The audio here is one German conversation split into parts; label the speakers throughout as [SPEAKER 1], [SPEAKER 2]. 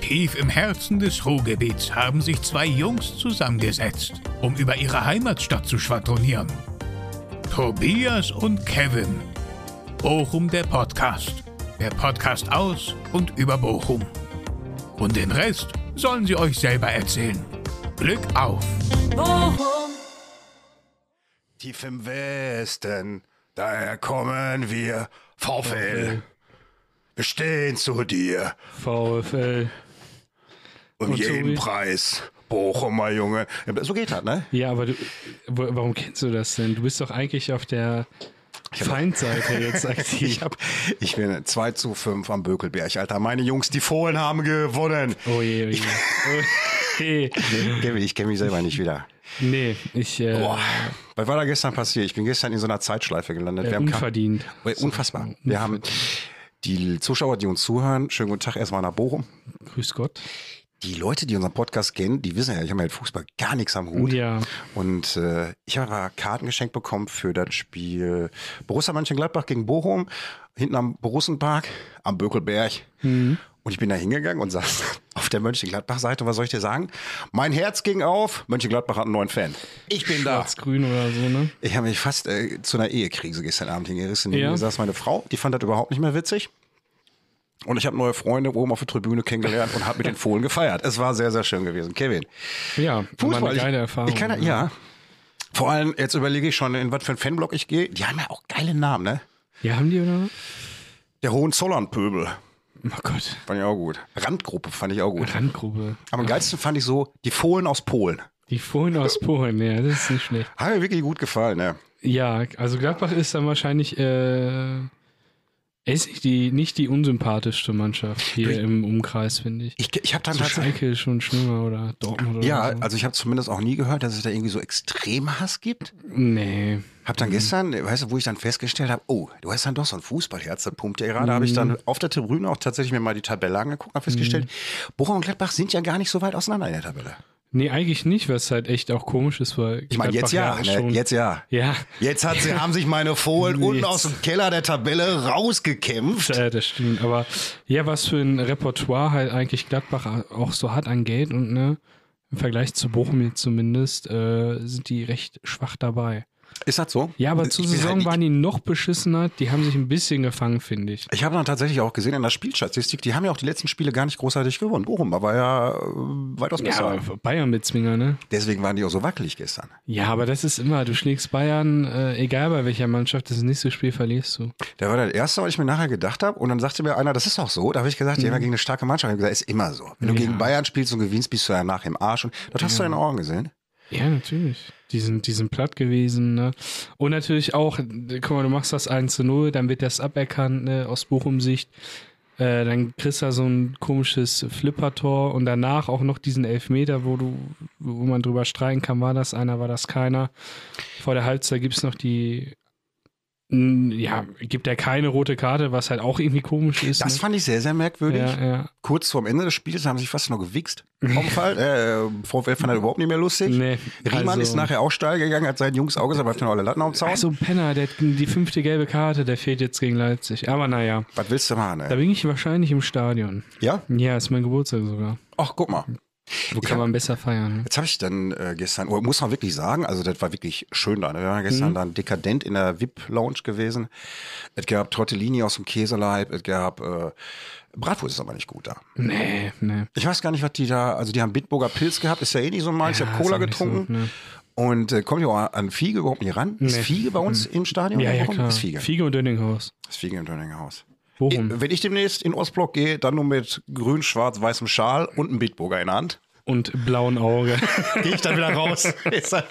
[SPEAKER 1] Tief im Herzen des Ruhrgebiets haben sich zwei Jungs zusammengesetzt, um über ihre Heimatstadt zu schwadronieren. Tobias und Kevin. Bochum der Podcast. Der Podcast aus und über Bochum. Und den Rest sollen sie euch selber erzählen. Glück auf!
[SPEAKER 2] Tief im Westen, daher kommen wir. VfL, wir stehen zu dir.
[SPEAKER 3] VfL.
[SPEAKER 2] Um
[SPEAKER 3] Und Tobi?
[SPEAKER 2] jeden Preis. Bochumer Junge. So geht das, ne?
[SPEAKER 3] Ja, aber du, wa- warum kennst du das denn? Du bist doch eigentlich auf der Feindseite jetzt aktiv.
[SPEAKER 2] Ich, hab, ich bin 2 zu 5 am Bökelberg, Alter. Meine Jungs, die Fohlen haben gewonnen.
[SPEAKER 3] oh je, oh je. Oh, je.
[SPEAKER 2] Kevin, Ich kenne mich selber nicht wieder.
[SPEAKER 3] Nee, ich äh,
[SPEAKER 2] Boah. Was war da gestern passiert? Ich bin gestern in so einer Zeitschleife gelandet.
[SPEAKER 3] äh,
[SPEAKER 2] haben ka-
[SPEAKER 3] unverdient.
[SPEAKER 2] Äh, Unfassbar. Wir haben die Zuschauer, die uns zuhören, schönen guten Tag erstmal nach Bochum.
[SPEAKER 3] Grüß Gott.
[SPEAKER 2] Die Leute, die unseren Podcast kennen, die wissen ja, ich habe mit Fußball gar nichts am Hut.
[SPEAKER 3] Ja.
[SPEAKER 2] Und äh, ich habe Karten geschenkt bekommen für das Spiel Borussia Mönchengladbach gegen Bochum, hinten am Borussenpark, am Bökelberg.
[SPEAKER 3] Mhm.
[SPEAKER 2] Und ich bin da hingegangen und saß auf der Mönchengladbach-Seite. Und was soll ich dir sagen? Mein Herz ging auf. Mönchengladbach hat einen neuen Fan. Ich bin da.
[SPEAKER 3] Schwarz-Grün oder so, ne?
[SPEAKER 2] Ich habe mich fast äh, zu einer Ehekrise gestern Abend hingerissen. Neben
[SPEAKER 3] Ja.
[SPEAKER 2] mir saß meine Frau, die fand das überhaupt nicht mehr witzig. Und ich habe neue Freunde oben auf der Tribüne kennengelernt und habe mit den Fohlen gefeiert. Es war sehr, sehr schön gewesen. Kevin,
[SPEAKER 3] Ja, war eine
[SPEAKER 2] ich-
[SPEAKER 3] geile Erfahrung. ne?
[SPEAKER 2] Ich kann, ja. Vor allem, jetzt überlege ich schon, in was für einen Fanblock ich gehe. Die haben ja auch geile Namen, ne?
[SPEAKER 3] ja, haben die oder?
[SPEAKER 2] Der Hohenzollern-Pöbel
[SPEAKER 3] Oh Gott.
[SPEAKER 2] fand ich auch gut. Randgruppe fand ich auch gut.
[SPEAKER 3] Randgruppe.
[SPEAKER 2] Am geilsten fand ich so die Fohlen aus Polen.
[SPEAKER 3] Die Fohlen aus Polen, ja, das ist nicht schlecht.
[SPEAKER 2] Haben mir wirklich gut gefallen, ne?
[SPEAKER 3] Ja, also Gladbach ist dann wahrscheinlich äh, ist nicht die, nicht die unsympathischste Mannschaft hier im Umkreis, finde ich.
[SPEAKER 2] Ich, ich habe dann
[SPEAKER 3] So
[SPEAKER 2] tatsächlich.
[SPEAKER 3] Schalke ist schon schlimmer oder Dortmund oder
[SPEAKER 2] Ja,
[SPEAKER 3] so.
[SPEAKER 2] also ich habe zumindest auch nie gehört, dass es da irgendwie so extrem Hass gibt.
[SPEAKER 3] Nee.
[SPEAKER 2] Hab dann gestern, weißt du, wo ich dann festgestellt habe, oh, du hast dann doch so ein Fußballherz, das pumpt ja gerade. Habe ich
[SPEAKER 3] Mhm.
[SPEAKER 2] dann auf der Tribüne auch tatsächlich mir mal die Tabelle angeguckt und habe festgestellt,
[SPEAKER 3] Mhm.
[SPEAKER 2] Bochum und Gladbach sind ja gar nicht so weit auseinander in der Tabelle.
[SPEAKER 3] Nee, eigentlich nicht, was halt echt auch komisch ist, weil
[SPEAKER 2] Ich meine, jetzt ja,
[SPEAKER 3] Gladbach
[SPEAKER 2] ne?
[SPEAKER 3] schon-
[SPEAKER 2] jetzt ja.
[SPEAKER 3] Ja,
[SPEAKER 2] Jetzt hat sie, haben sich meine Fohlen
[SPEAKER 3] Nee,
[SPEAKER 2] unten
[SPEAKER 3] jetzt.
[SPEAKER 2] aus dem Keller der Tabelle rausgekämpft.
[SPEAKER 3] äh, das stimmt. Aber ja, was für ein Repertoire halt eigentlich Gladbach auch so hat an Geld und ne, im Vergleich zu Bochum jetzt zumindest, äh, sind die recht schwach dabei.
[SPEAKER 2] Ist das so?
[SPEAKER 3] Ja, aber zur
[SPEAKER 2] Ich bin
[SPEAKER 3] Saison
[SPEAKER 2] halt-
[SPEAKER 3] waren die noch beschissener, die haben sich ein bisschen gefangen, finde ich.
[SPEAKER 2] Ich habe dann tatsächlich auch gesehen in der Spielstatistik, die haben ja auch die letzten Spiele gar nicht großartig gewonnen. Bochum war ja äh, weitaus
[SPEAKER 3] Ja,
[SPEAKER 2] besser.
[SPEAKER 3] aber Bayern mit Zwinger, ne?
[SPEAKER 2] Deswegen waren die auch so wackelig gestern.
[SPEAKER 3] Ja, aber das ist immer, du schlägst Bayern, äh, egal bei welcher Mannschaft, das nächste Spiel verlierst du.
[SPEAKER 2] Da war das erste, was ich mir nachher gedacht habe. Und dann sagte mir einer, das ist auch so. Da habe ich gesagt, ja, immer gegen eine starke Mannschaft. Ich habe gesagt, ist immer so. Wenn du
[SPEAKER 3] Mhm. Ja.
[SPEAKER 2] gegen Bayern spielst und gewinnst, bist du ja nach im Arsch. Und das hast du in den Augen gesehen.
[SPEAKER 3] Ja, natürlich. Die sind, die sind platt gewesen, ne? Und natürlich auch, guck mal, du machst das 1 zu 0, dann wird das aberkannt, ne, aus Bochum-Sicht. Äh, dann kriegst du da so ein komisches Flippertor und danach auch noch diesen Elfmeter, wo du, wo man drüber streiten kann, war das einer, war das keiner. Vor der Halbzeit gibt's noch die, n- ja, gibt er keine rote Karte, was halt auch irgendwie komisch ist.
[SPEAKER 2] Das
[SPEAKER 3] ne?
[SPEAKER 2] fand ich sehr, sehr merkwürdig.
[SPEAKER 3] ja, ja.
[SPEAKER 2] Kurz vorm Ende des Spiels haben sich fast noch gewichst. Auf Fall. Äh, VfL fand das überhaupt nicht mehr lustig.
[SPEAKER 3] Nee,
[SPEAKER 2] Riemann
[SPEAKER 3] also-
[SPEAKER 2] ist nachher auch steil gegangen, hat seinen Jungs auch gesagt, bleibt noch alle Latten auf dem Zaun.
[SPEAKER 3] Ach, so ein Penner, der hat die fünfte gelbe Karte, der fehlt jetzt gegen Leipzig. Aber naja,
[SPEAKER 2] Was willst du machen,
[SPEAKER 3] da
[SPEAKER 2] ey?
[SPEAKER 3] bin ich wahrscheinlich im Stadion.
[SPEAKER 2] Ja?
[SPEAKER 3] Ja, ist mein Geburtstag sogar.
[SPEAKER 2] Ach, guck mal.
[SPEAKER 3] Wo kann man besser feiern? ne?
[SPEAKER 2] Jetzt habe ich dann äh, gestern, oder muss man wirklich sagen, also das war wirklich schön da. Ne? Wir waren gestern
[SPEAKER 3] Mhm.
[SPEAKER 2] dann dekadent in der VIP-Lounge gewesen. Es gab Tortellini aus dem Käseleib, es gab äh, Bratwurst ist aber nicht gut da.
[SPEAKER 3] Nee, nee.
[SPEAKER 2] Ich weiß gar nicht, was die da, also die haben Bitburger Pilz gehabt, ist ja eh nicht so meins, ich
[SPEAKER 3] Ja,
[SPEAKER 2] habe Cola
[SPEAKER 3] ist auch nicht
[SPEAKER 2] getrunken.
[SPEAKER 3] so, ne.
[SPEAKER 2] Und äh, komme ich auch an Fiege überhaupt nicht ran? Ist
[SPEAKER 3] Nee. Mhm.
[SPEAKER 2] Fiege bei uns im Stadion?
[SPEAKER 3] Ja, ja,
[SPEAKER 2] Warum
[SPEAKER 3] klar.
[SPEAKER 2] Ist Fiege.
[SPEAKER 3] Fiege und Dönninghaus.
[SPEAKER 2] Ist Fiege im Dönninghaus.
[SPEAKER 3] Bochum.
[SPEAKER 2] Wenn ich demnächst in Ostblock gehe, dann nur mit grün, schwarz, weißem Schal und einem Bitburger in der Hand.
[SPEAKER 3] Und blauen Auge.
[SPEAKER 2] gehe ich dann wieder raus. Ist dann-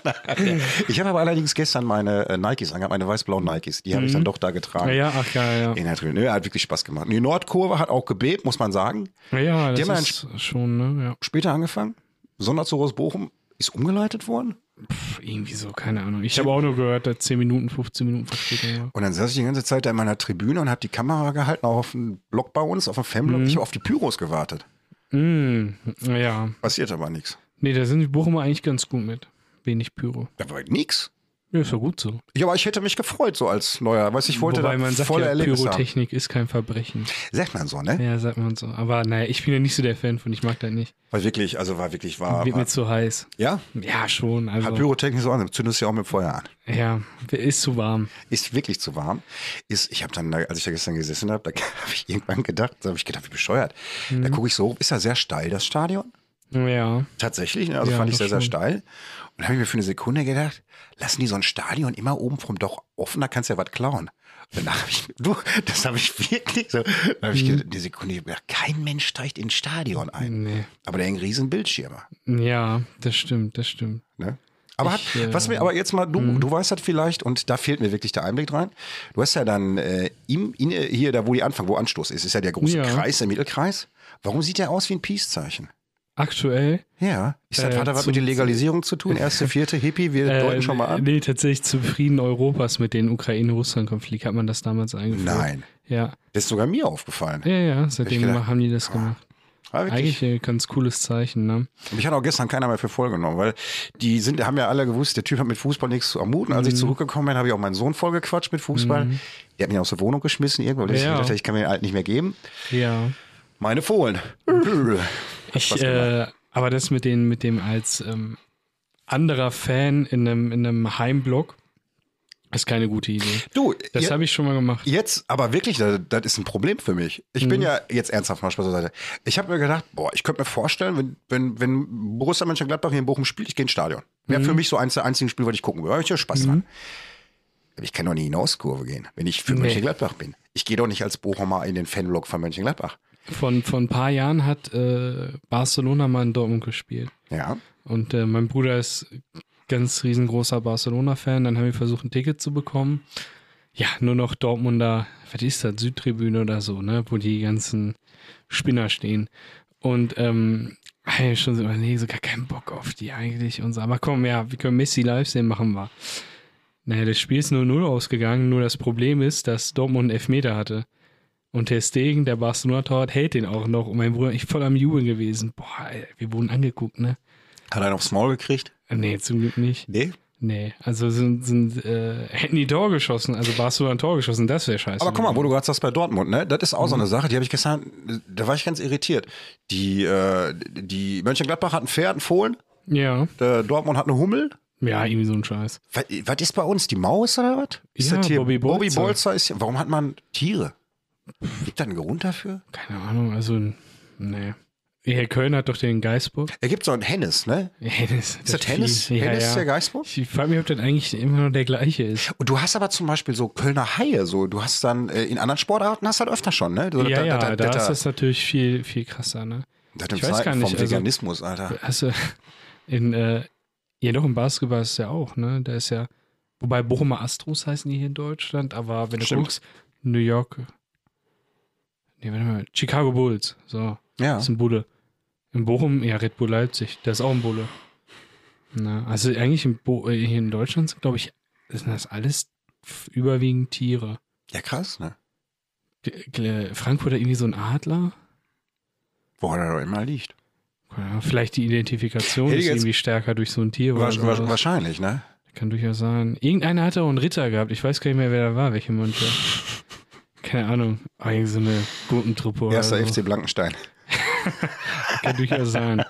[SPEAKER 2] ich habe aber allerdings gestern meine äh, Nikes angehabt, meine weiß-blauen Nikes. Die habe ich dann doch da getragen.
[SPEAKER 3] Mhm. ja, ach geil,
[SPEAKER 2] In der Tribüne. Nee, hat wirklich Spaß gemacht. Und Die Nordkurve hat auch gebebt, muss man sagen.
[SPEAKER 3] ja. Ja,
[SPEAKER 2] Die haben
[SPEAKER 3] das ist schon, ne? Ja.
[SPEAKER 2] Später angefangen. Sonderzug aus Bochum ist umgeleitet worden.
[SPEAKER 3] Pff, irgendwie so, keine Ahnung. Ich habe auch nur gehört, dass 10 Minuten, 15 Minuten Verspätung war.
[SPEAKER 2] Und dann saß ich die ganze Zeit da in meiner Tribüne und habe die Kamera gehalten, auch auf dem Block bei uns, auf dem Fanblock.
[SPEAKER 3] Mhm.
[SPEAKER 2] Ich habe auf die Pyros gewartet.
[SPEAKER 3] Mm, ja.
[SPEAKER 2] Passiert aber nichts.
[SPEAKER 3] Nee, da sind die Bochumer eigentlich ganz gut mit. Wenig Pyro.
[SPEAKER 2] Da war nix.
[SPEAKER 3] Ja, ist ja gut so.
[SPEAKER 2] Ja, aber ich hätte mich gefreut, so als Neuer. Weiß ich wollte
[SPEAKER 3] Wobei
[SPEAKER 2] da
[SPEAKER 3] man sagt
[SPEAKER 2] volle
[SPEAKER 3] ja,
[SPEAKER 2] Erlebnis haben.
[SPEAKER 3] Pyrotechnik ist kein Verbrechen.
[SPEAKER 2] Sagt man so, ne?
[SPEAKER 3] Ja, sagt man so. Aber naja, ich bin ja nicht so der Fan von, ich mag das nicht.
[SPEAKER 2] Weil wirklich, also war wirklich, war,
[SPEAKER 3] Wird
[SPEAKER 2] war
[SPEAKER 3] mir zu heiß.
[SPEAKER 2] ja,
[SPEAKER 3] Ja, schon.
[SPEAKER 2] hat
[SPEAKER 3] Also,
[SPEAKER 2] Pyrotechnik so an, zündest ja auch mit Feuer an.
[SPEAKER 3] ja, ist zu warm.
[SPEAKER 2] Ist wirklich zu warm. Ist, ich habe dann, da- als ich da gestern gesessen habe, da habe ich irgendwann gedacht, da habe ich gedacht, wie bescheuert.
[SPEAKER 3] Mhm.
[SPEAKER 2] Da gucke ich so, hoch, ist ja sehr steil, das Stadion.
[SPEAKER 3] Ja.
[SPEAKER 2] Tatsächlich, ne? also
[SPEAKER 3] Ja,
[SPEAKER 2] fand ich
[SPEAKER 3] doch
[SPEAKER 2] sehr, sehr
[SPEAKER 3] schon.
[SPEAKER 2] steil. Und da habe ich mir für eine Sekunde gedacht, lassen die so ein Stadion immer oben vom Dach offen, da kannst du ja was klauen. Und Danach habe ich, du, das habe ich wirklich so. Da habe ich
[SPEAKER 3] Mhm.
[SPEAKER 2] gedacht, die Sekunde, ich hab gedacht, kein Mensch steigt ins Stadion ein.
[SPEAKER 3] Nee.
[SPEAKER 2] Aber der hängen riesen Bildschirme.
[SPEAKER 3] Ja, das stimmt, das stimmt.
[SPEAKER 2] Ne? Aber hat,
[SPEAKER 3] Ich, äh,
[SPEAKER 2] was mir, aber jetzt mal, du, du weißt das vielleicht, und da fehlt mir wirklich der Einblick rein. Du hast ja dann äh, im, in, hier, da wo die Anfang, wo Anstoß ist, ist ja der große
[SPEAKER 3] Ja.
[SPEAKER 2] Kreis, der Mittelkreis. Warum sieht der aus wie ein Peace-Zeichen?
[SPEAKER 3] Aktuell.
[SPEAKER 2] Ja, ist das,
[SPEAKER 3] Äh,
[SPEAKER 2] hat da was
[SPEAKER 3] zum- Äh,
[SPEAKER 2] mit der Legalisierung zu tun? Erste, vierte, Hippie, wir deuten schon mal an.
[SPEAKER 3] Nee, tatsächlich zum Frieden Europas mit dem Ukraine-Russland-Konflikt hat man das damals eingeführt.
[SPEAKER 2] Nein,
[SPEAKER 3] Ja,
[SPEAKER 2] das ist sogar mir aufgefallen.
[SPEAKER 3] ja, ja, seitdem
[SPEAKER 2] Ich gedacht,
[SPEAKER 3] haben die das gemacht.
[SPEAKER 2] War Ah, wirklich,
[SPEAKER 3] Eigentlich ein ganz cooles Zeichen, ne?
[SPEAKER 2] mich hat auch gestern keiner mehr für voll genommen, weil die sind, haben ja alle gewusst, der Typ hat mit Fußball nichts zu ermuten.
[SPEAKER 3] Mhm.
[SPEAKER 2] Als ich zurückgekommen bin, habe ich auch meinen Sohn vollgequatscht mit Fußball. Der hat mich aus der Wohnung geschmissen irgendwo, weil ich
[SPEAKER 3] Ja.
[SPEAKER 2] gedacht, habe, ich kann mir den Alten nicht mehr geben.
[SPEAKER 3] Ja.
[SPEAKER 2] Meine Fohlen.
[SPEAKER 3] Ich, äh, aber das mit, den, mit dem als ähm, anderer Fan in einem, in einem Heimblock ist keine gute Idee.
[SPEAKER 2] Du,
[SPEAKER 3] Das
[SPEAKER 2] je-
[SPEAKER 3] habe ich schon mal gemacht.
[SPEAKER 2] jetzt, aber wirklich, das, das ist ein Problem für mich. Ich bin ja jetzt ernsthaft mal Spaß beiseite. Ich habe mir gedacht, boah, ich könnte mir vorstellen, wenn, wenn, wenn Borussia Mönchengladbach hier in Bochum spielt, ich gehe ins Stadion. Wäre für mich so eins der einzigen Spiele, was ich gucken würde. Da habe ich ja Spaß dran. Aber ich kann doch nicht in die Auskurve gehen, wenn ich für
[SPEAKER 3] Nee.
[SPEAKER 2] Mönchengladbach bin. Ich gehe doch nicht als Bochumer in den Fanlog von Mönchengladbach.
[SPEAKER 3] Von, von ein paar Jahren hat äh, Barcelona mal in Dortmund gespielt.
[SPEAKER 2] Ja.
[SPEAKER 3] Und äh, mein Bruder ist ganz riesengroßer Barcelona-Fan. Dann haben wir versucht, ein Ticket zu bekommen. Ja, nur noch Dortmunder, was ist das, Südtribüne oder so, ne, wo die ganzen Spinner stehen. Und ähm, hab ich schon so überlegt, so gar keinen Bock auf die eigentlich und so. Aber komm, ja, wir können Messi live sehen, machen wir. Naja, das Spiel ist 0-0 ausgegangen, nur das Problem ist, dass Dortmund einen Elfmeter hatte. Und der Stegen, der Barcelona-Tor, hat, hält den auch noch. Und mein Bruder, ich voll am Jubeln gewesen. Boah, ey, wir wurden angeguckt, ne?
[SPEAKER 2] Hat er noch Small gekriegt?
[SPEAKER 3] Äh, Nee, zum Glück nicht.
[SPEAKER 2] Nee.
[SPEAKER 3] Nee, also sind, sind äh, hätten die Tor geschossen, also Barcelona ein Tor geschossen, das wäre scheiße.
[SPEAKER 2] Aber guck mal, wo du gerade sagst, bei Dortmund, ne? Das ist auch so eine Sache, die habe ich gestern, da war ich ganz irritiert. Die, äh, die Mönchengladbach hat ein Pferd, einen Fohlen,
[SPEAKER 3] Ja,
[SPEAKER 2] der Dortmund hat eine Hummel,
[SPEAKER 3] ja, irgendwie so ein Scheiß.
[SPEAKER 2] Was, was ist bei uns? Die Maus oder was? Ist
[SPEAKER 3] Ja,
[SPEAKER 2] das hier?
[SPEAKER 3] Bobby Bolzer.
[SPEAKER 2] Bobby Bolzer ist hier. Warum hat man Tiere? Gibt da einen Grund dafür?
[SPEAKER 3] Keine Ahnung, also nee. Ja, Köln hat doch den Geisburg.
[SPEAKER 2] Er gibt so einen Hennes, ne?
[SPEAKER 3] Ja, das,
[SPEAKER 2] Ist das, Hennes?
[SPEAKER 3] Vieh. Ja,
[SPEAKER 2] Hennes
[SPEAKER 3] ja.
[SPEAKER 2] der Geistburg?
[SPEAKER 3] Ich frage mich, ob das eigentlich immer noch der gleiche ist.
[SPEAKER 2] Und du hast aber zum Beispiel so Kölner Haie, so. Du hast dann äh, in anderen Sportarten hast du das öfter schon, ne? So,
[SPEAKER 3] ja, ja, da,
[SPEAKER 2] da,
[SPEAKER 3] ist das natürlich viel, viel krasser, ne?
[SPEAKER 2] das
[SPEAKER 3] ich
[SPEAKER 2] nimmt
[SPEAKER 3] weiß
[SPEAKER 2] Seiten
[SPEAKER 3] gar
[SPEAKER 2] Vom
[SPEAKER 3] nicht, also-
[SPEAKER 2] Veganismus, Alter.
[SPEAKER 3] Also in, äh, ja doch, im Basketball ist ja auch, ne? Da ist ja, wobei Bochumer Astros heißen die hier in Deutschland, aber wenn du
[SPEAKER 2] Stimmt.
[SPEAKER 3] guckst, New York, nee, warte mal, Chicago Bulls, so,
[SPEAKER 2] Ja.
[SPEAKER 3] ist ein Bulle. In Bochum, ja, Red Bull Leipzig, da ist auch ein Bulle. Na, also eigentlich in Bo äh, hier in Deutschland sind, glaube ich, sind das alles f- überwiegend Tiere.
[SPEAKER 2] Ja, krass, ne?
[SPEAKER 3] G- G- Frankfurt hat irgendwie so ein Adler.
[SPEAKER 2] Wo er doch immer liegt.
[SPEAKER 3] Ja, Vielleicht die Identifikation
[SPEAKER 2] Hätte ich
[SPEAKER 3] ist
[SPEAKER 2] jetzt-
[SPEAKER 3] irgendwie stärker durch so ein Tier.
[SPEAKER 2] Wasch-
[SPEAKER 3] sowas.
[SPEAKER 2] wasch- wahrscheinlich, ne?
[SPEAKER 3] Kann durchaus sein. Irgendeiner hatte auch einen Ritter gehabt. Ich weiß gar nicht mehr, wer da war, welche Mannschaft. Keine Ahnung. Eigentlich so eine Gurkentruppe oder so.
[SPEAKER 2] Erster FC Blankenstein.
[SPEAKER 3] Kann durchaus sein.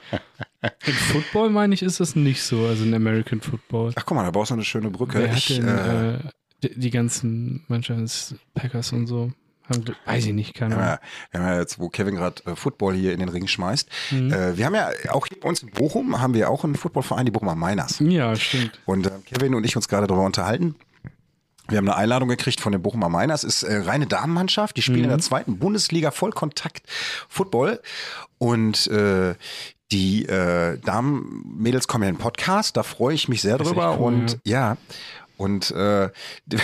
[SPEAKER 3] Im Football, meine ich, ist das nicht so. Also in American Football.
[SPEAKER 2] Ach, guck mal, da baust du eine schöne Brücke.
[SPEAKER 3] wer hat
[SPEAKER 2] Ich,
[SPEAKER 3] denn
[SPEAKER 2] äh,
[SPEAKER 3] äh, die, die ganzen Mannschaften, das Packers und so? Haben, weiß ich nicht, keine
[SPEAKER 2] Wir haben
[SPEAKER 3] Ahnung.
[SPEAKER 2] ja, wir haben ja jetzt, wo Kevin gerade äh, Football hier in den Ring schmeißt. Äh, wir haben ja auch hier bei uns in Bochum haben wir auch einen Footballverein, die Bochumer Miners.
[SPEAKER 3] Ja, stimmt.
[SPEAKER 2] Und äh, Kevin und ich uns gerade darüber unterhalten. Wir haben eine Einladung gekriegt von den Bochumer Miners. Ist äh, reine Damenmannschaft. Die spielen in der
[SPEAKER 3] Mhm.
[SPEAKER 2] zweiten Bundesliga Vollkontakt Football. Und äh, die äh, Damen-Mädels kommen in den Podcast. Da freue ich mich sehr
[SPEAKER 3] ist
[SPEAKER 2] drüber.
[SPEAKER 3] echt cool,
[SPEAKER 2] und ja. Und äh,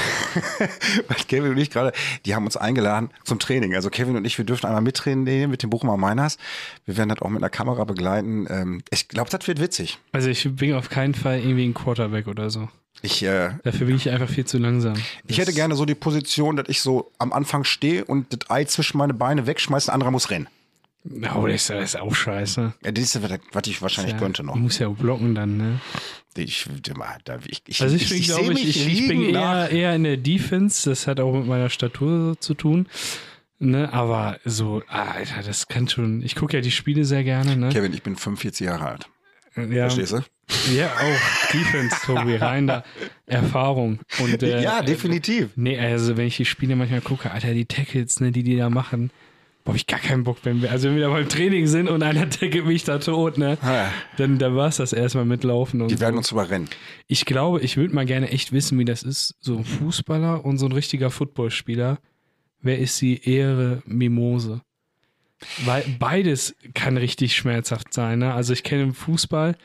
[SPEAKER 2] weil Kevin und ich gerade, die haben uns eingeladen zum Training. Also Kevin und ich, wir dürfen einmal mittrainieren mit den Bochumer Miners. Wir werden das auch mit einer Kamera begleiten. Ähm, ich glaube, das wird witzig.
[SPEAKER 3] Also ich bin auf keinen Fall irgendwie ein Quarterback oder so.
[SPEAKER 2] Ich äh,
[SPEAKER 3] Dafür bin ich einfach viel zu langsam.
[SPEAKER 2] Ich hätte
[SPEAKER 3] Das-
[SPEAKER 2] gerne so die Position, dass ich so am Anfang stehe und das Ei zwischen meine Beine wegschmeiße, ein anderer muss rennen.
[SPEAKER 3] Na, aber Oh, das ist- das ist auch scheiße.
[SPEAKER 2] Ja, das ist, was was ich wahrscheinlich
[SPEAKER 3] ja,
[SPEAKER 2] könnte noch.
[SPEAKER 3] Du musst ja auch blocken dann, ne?
[SPEAKER 2] Ich, da- ich, ich,
[SPEAKER 3] Also ich, bin,
[SPEAKER 2] seh
[SPEAKER 3] glaube ich, ich, ich bin
[SPEAKER 2] liegen nach-
[SPEAKER 3] eher, eher in der Defense. Das hat auch mit meiner Statur so zu tun. Ne, aber so, Alter, das kann schon. Ich gucke ja die Spiele sehr gerne, ne?
[SPEAKER 2] Kevin, ich bin 45 Jahre alt.
[SPEAKER 3] ja,
[SPEAKER 2] Verstehst du?
[SPEAKER 3] ja, auch Defense, Tobi, rein da. Erfahrung. Und, äh,
[SPEAKER 2] ja, definitiv.
[SPEAKER 3] Nee, also wenn ich die Spiele manchmal gucke, Alter, die Tackles, ne, die die da machen, boah, hab ich gar keinen Bock, wenn wir, also wenn wir da beim Training sind und einer tackelt mich da tot, ne,
[SPEAKER 2] Ah.
[SPEAKER 3] dann, dann war es das erstmal mitlaufen. Und
[SPEAKER 2] Die werden
[SPEAKER 3] so.
[SPEAKER 2] uns überrennen.
[SPEAKER 3] Ich glaube, ich würde mal gerne echt wissen, wie das ist, so ein Fußballer und so ein richtiger Footballspieler. Wer ist die Ehre Mimose? Weil beides kann richtig schmerzhaft sein. Ne? Also ich kenne im Fußball,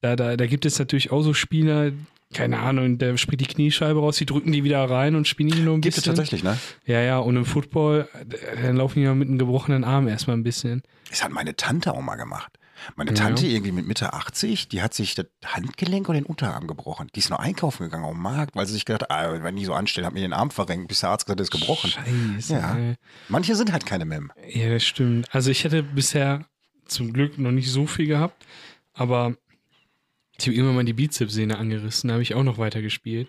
[SPEAKER 3] da, da, da gibt es natürlich auch so Spieler, keine Ahnung, der springt die Kniescheibe raus, die drücken die wieder rein und spielen die nur ein
[SPEAKER 2] Gibt es
[SPEAKER 3] bisschen.
[SPEAKER 2] tatsächlich, ne?
[SPEAKER 3] Ja, ja, und im Football, äh, dann laufen die mal mit einem gebrochenen Arm erstmal ein bisschen.
[SPEAKER 2] Das hat meine Tante auch mal gemacht. Meine Tante irgendwie mit Mitte 80, die hat sich das Handgelenk und den Unterarm gebrochen. Die ist nur einkaufen gegangen auf dem Markt, weil sie sich gedacht hat, ah, wenn ich so anstelle, hat mir den Arm verrenkt, bis der Arzt gesagt hat, ist gebrochen.
[SPEAKER 3] Scheiße.
[SPEAKER 2] Ja.
[SPEAKER 3] ey.
[SPEAKER 2] Manche sind halt keine Mem.
[SPEAKER 3] Ja, das stimmt. Also ich hätte bisher zum Glück noch nicht so viel gehabt, aber ich habe immer mal die Bizepssehne angerissen, da habe ich auch noch weiter gespielt.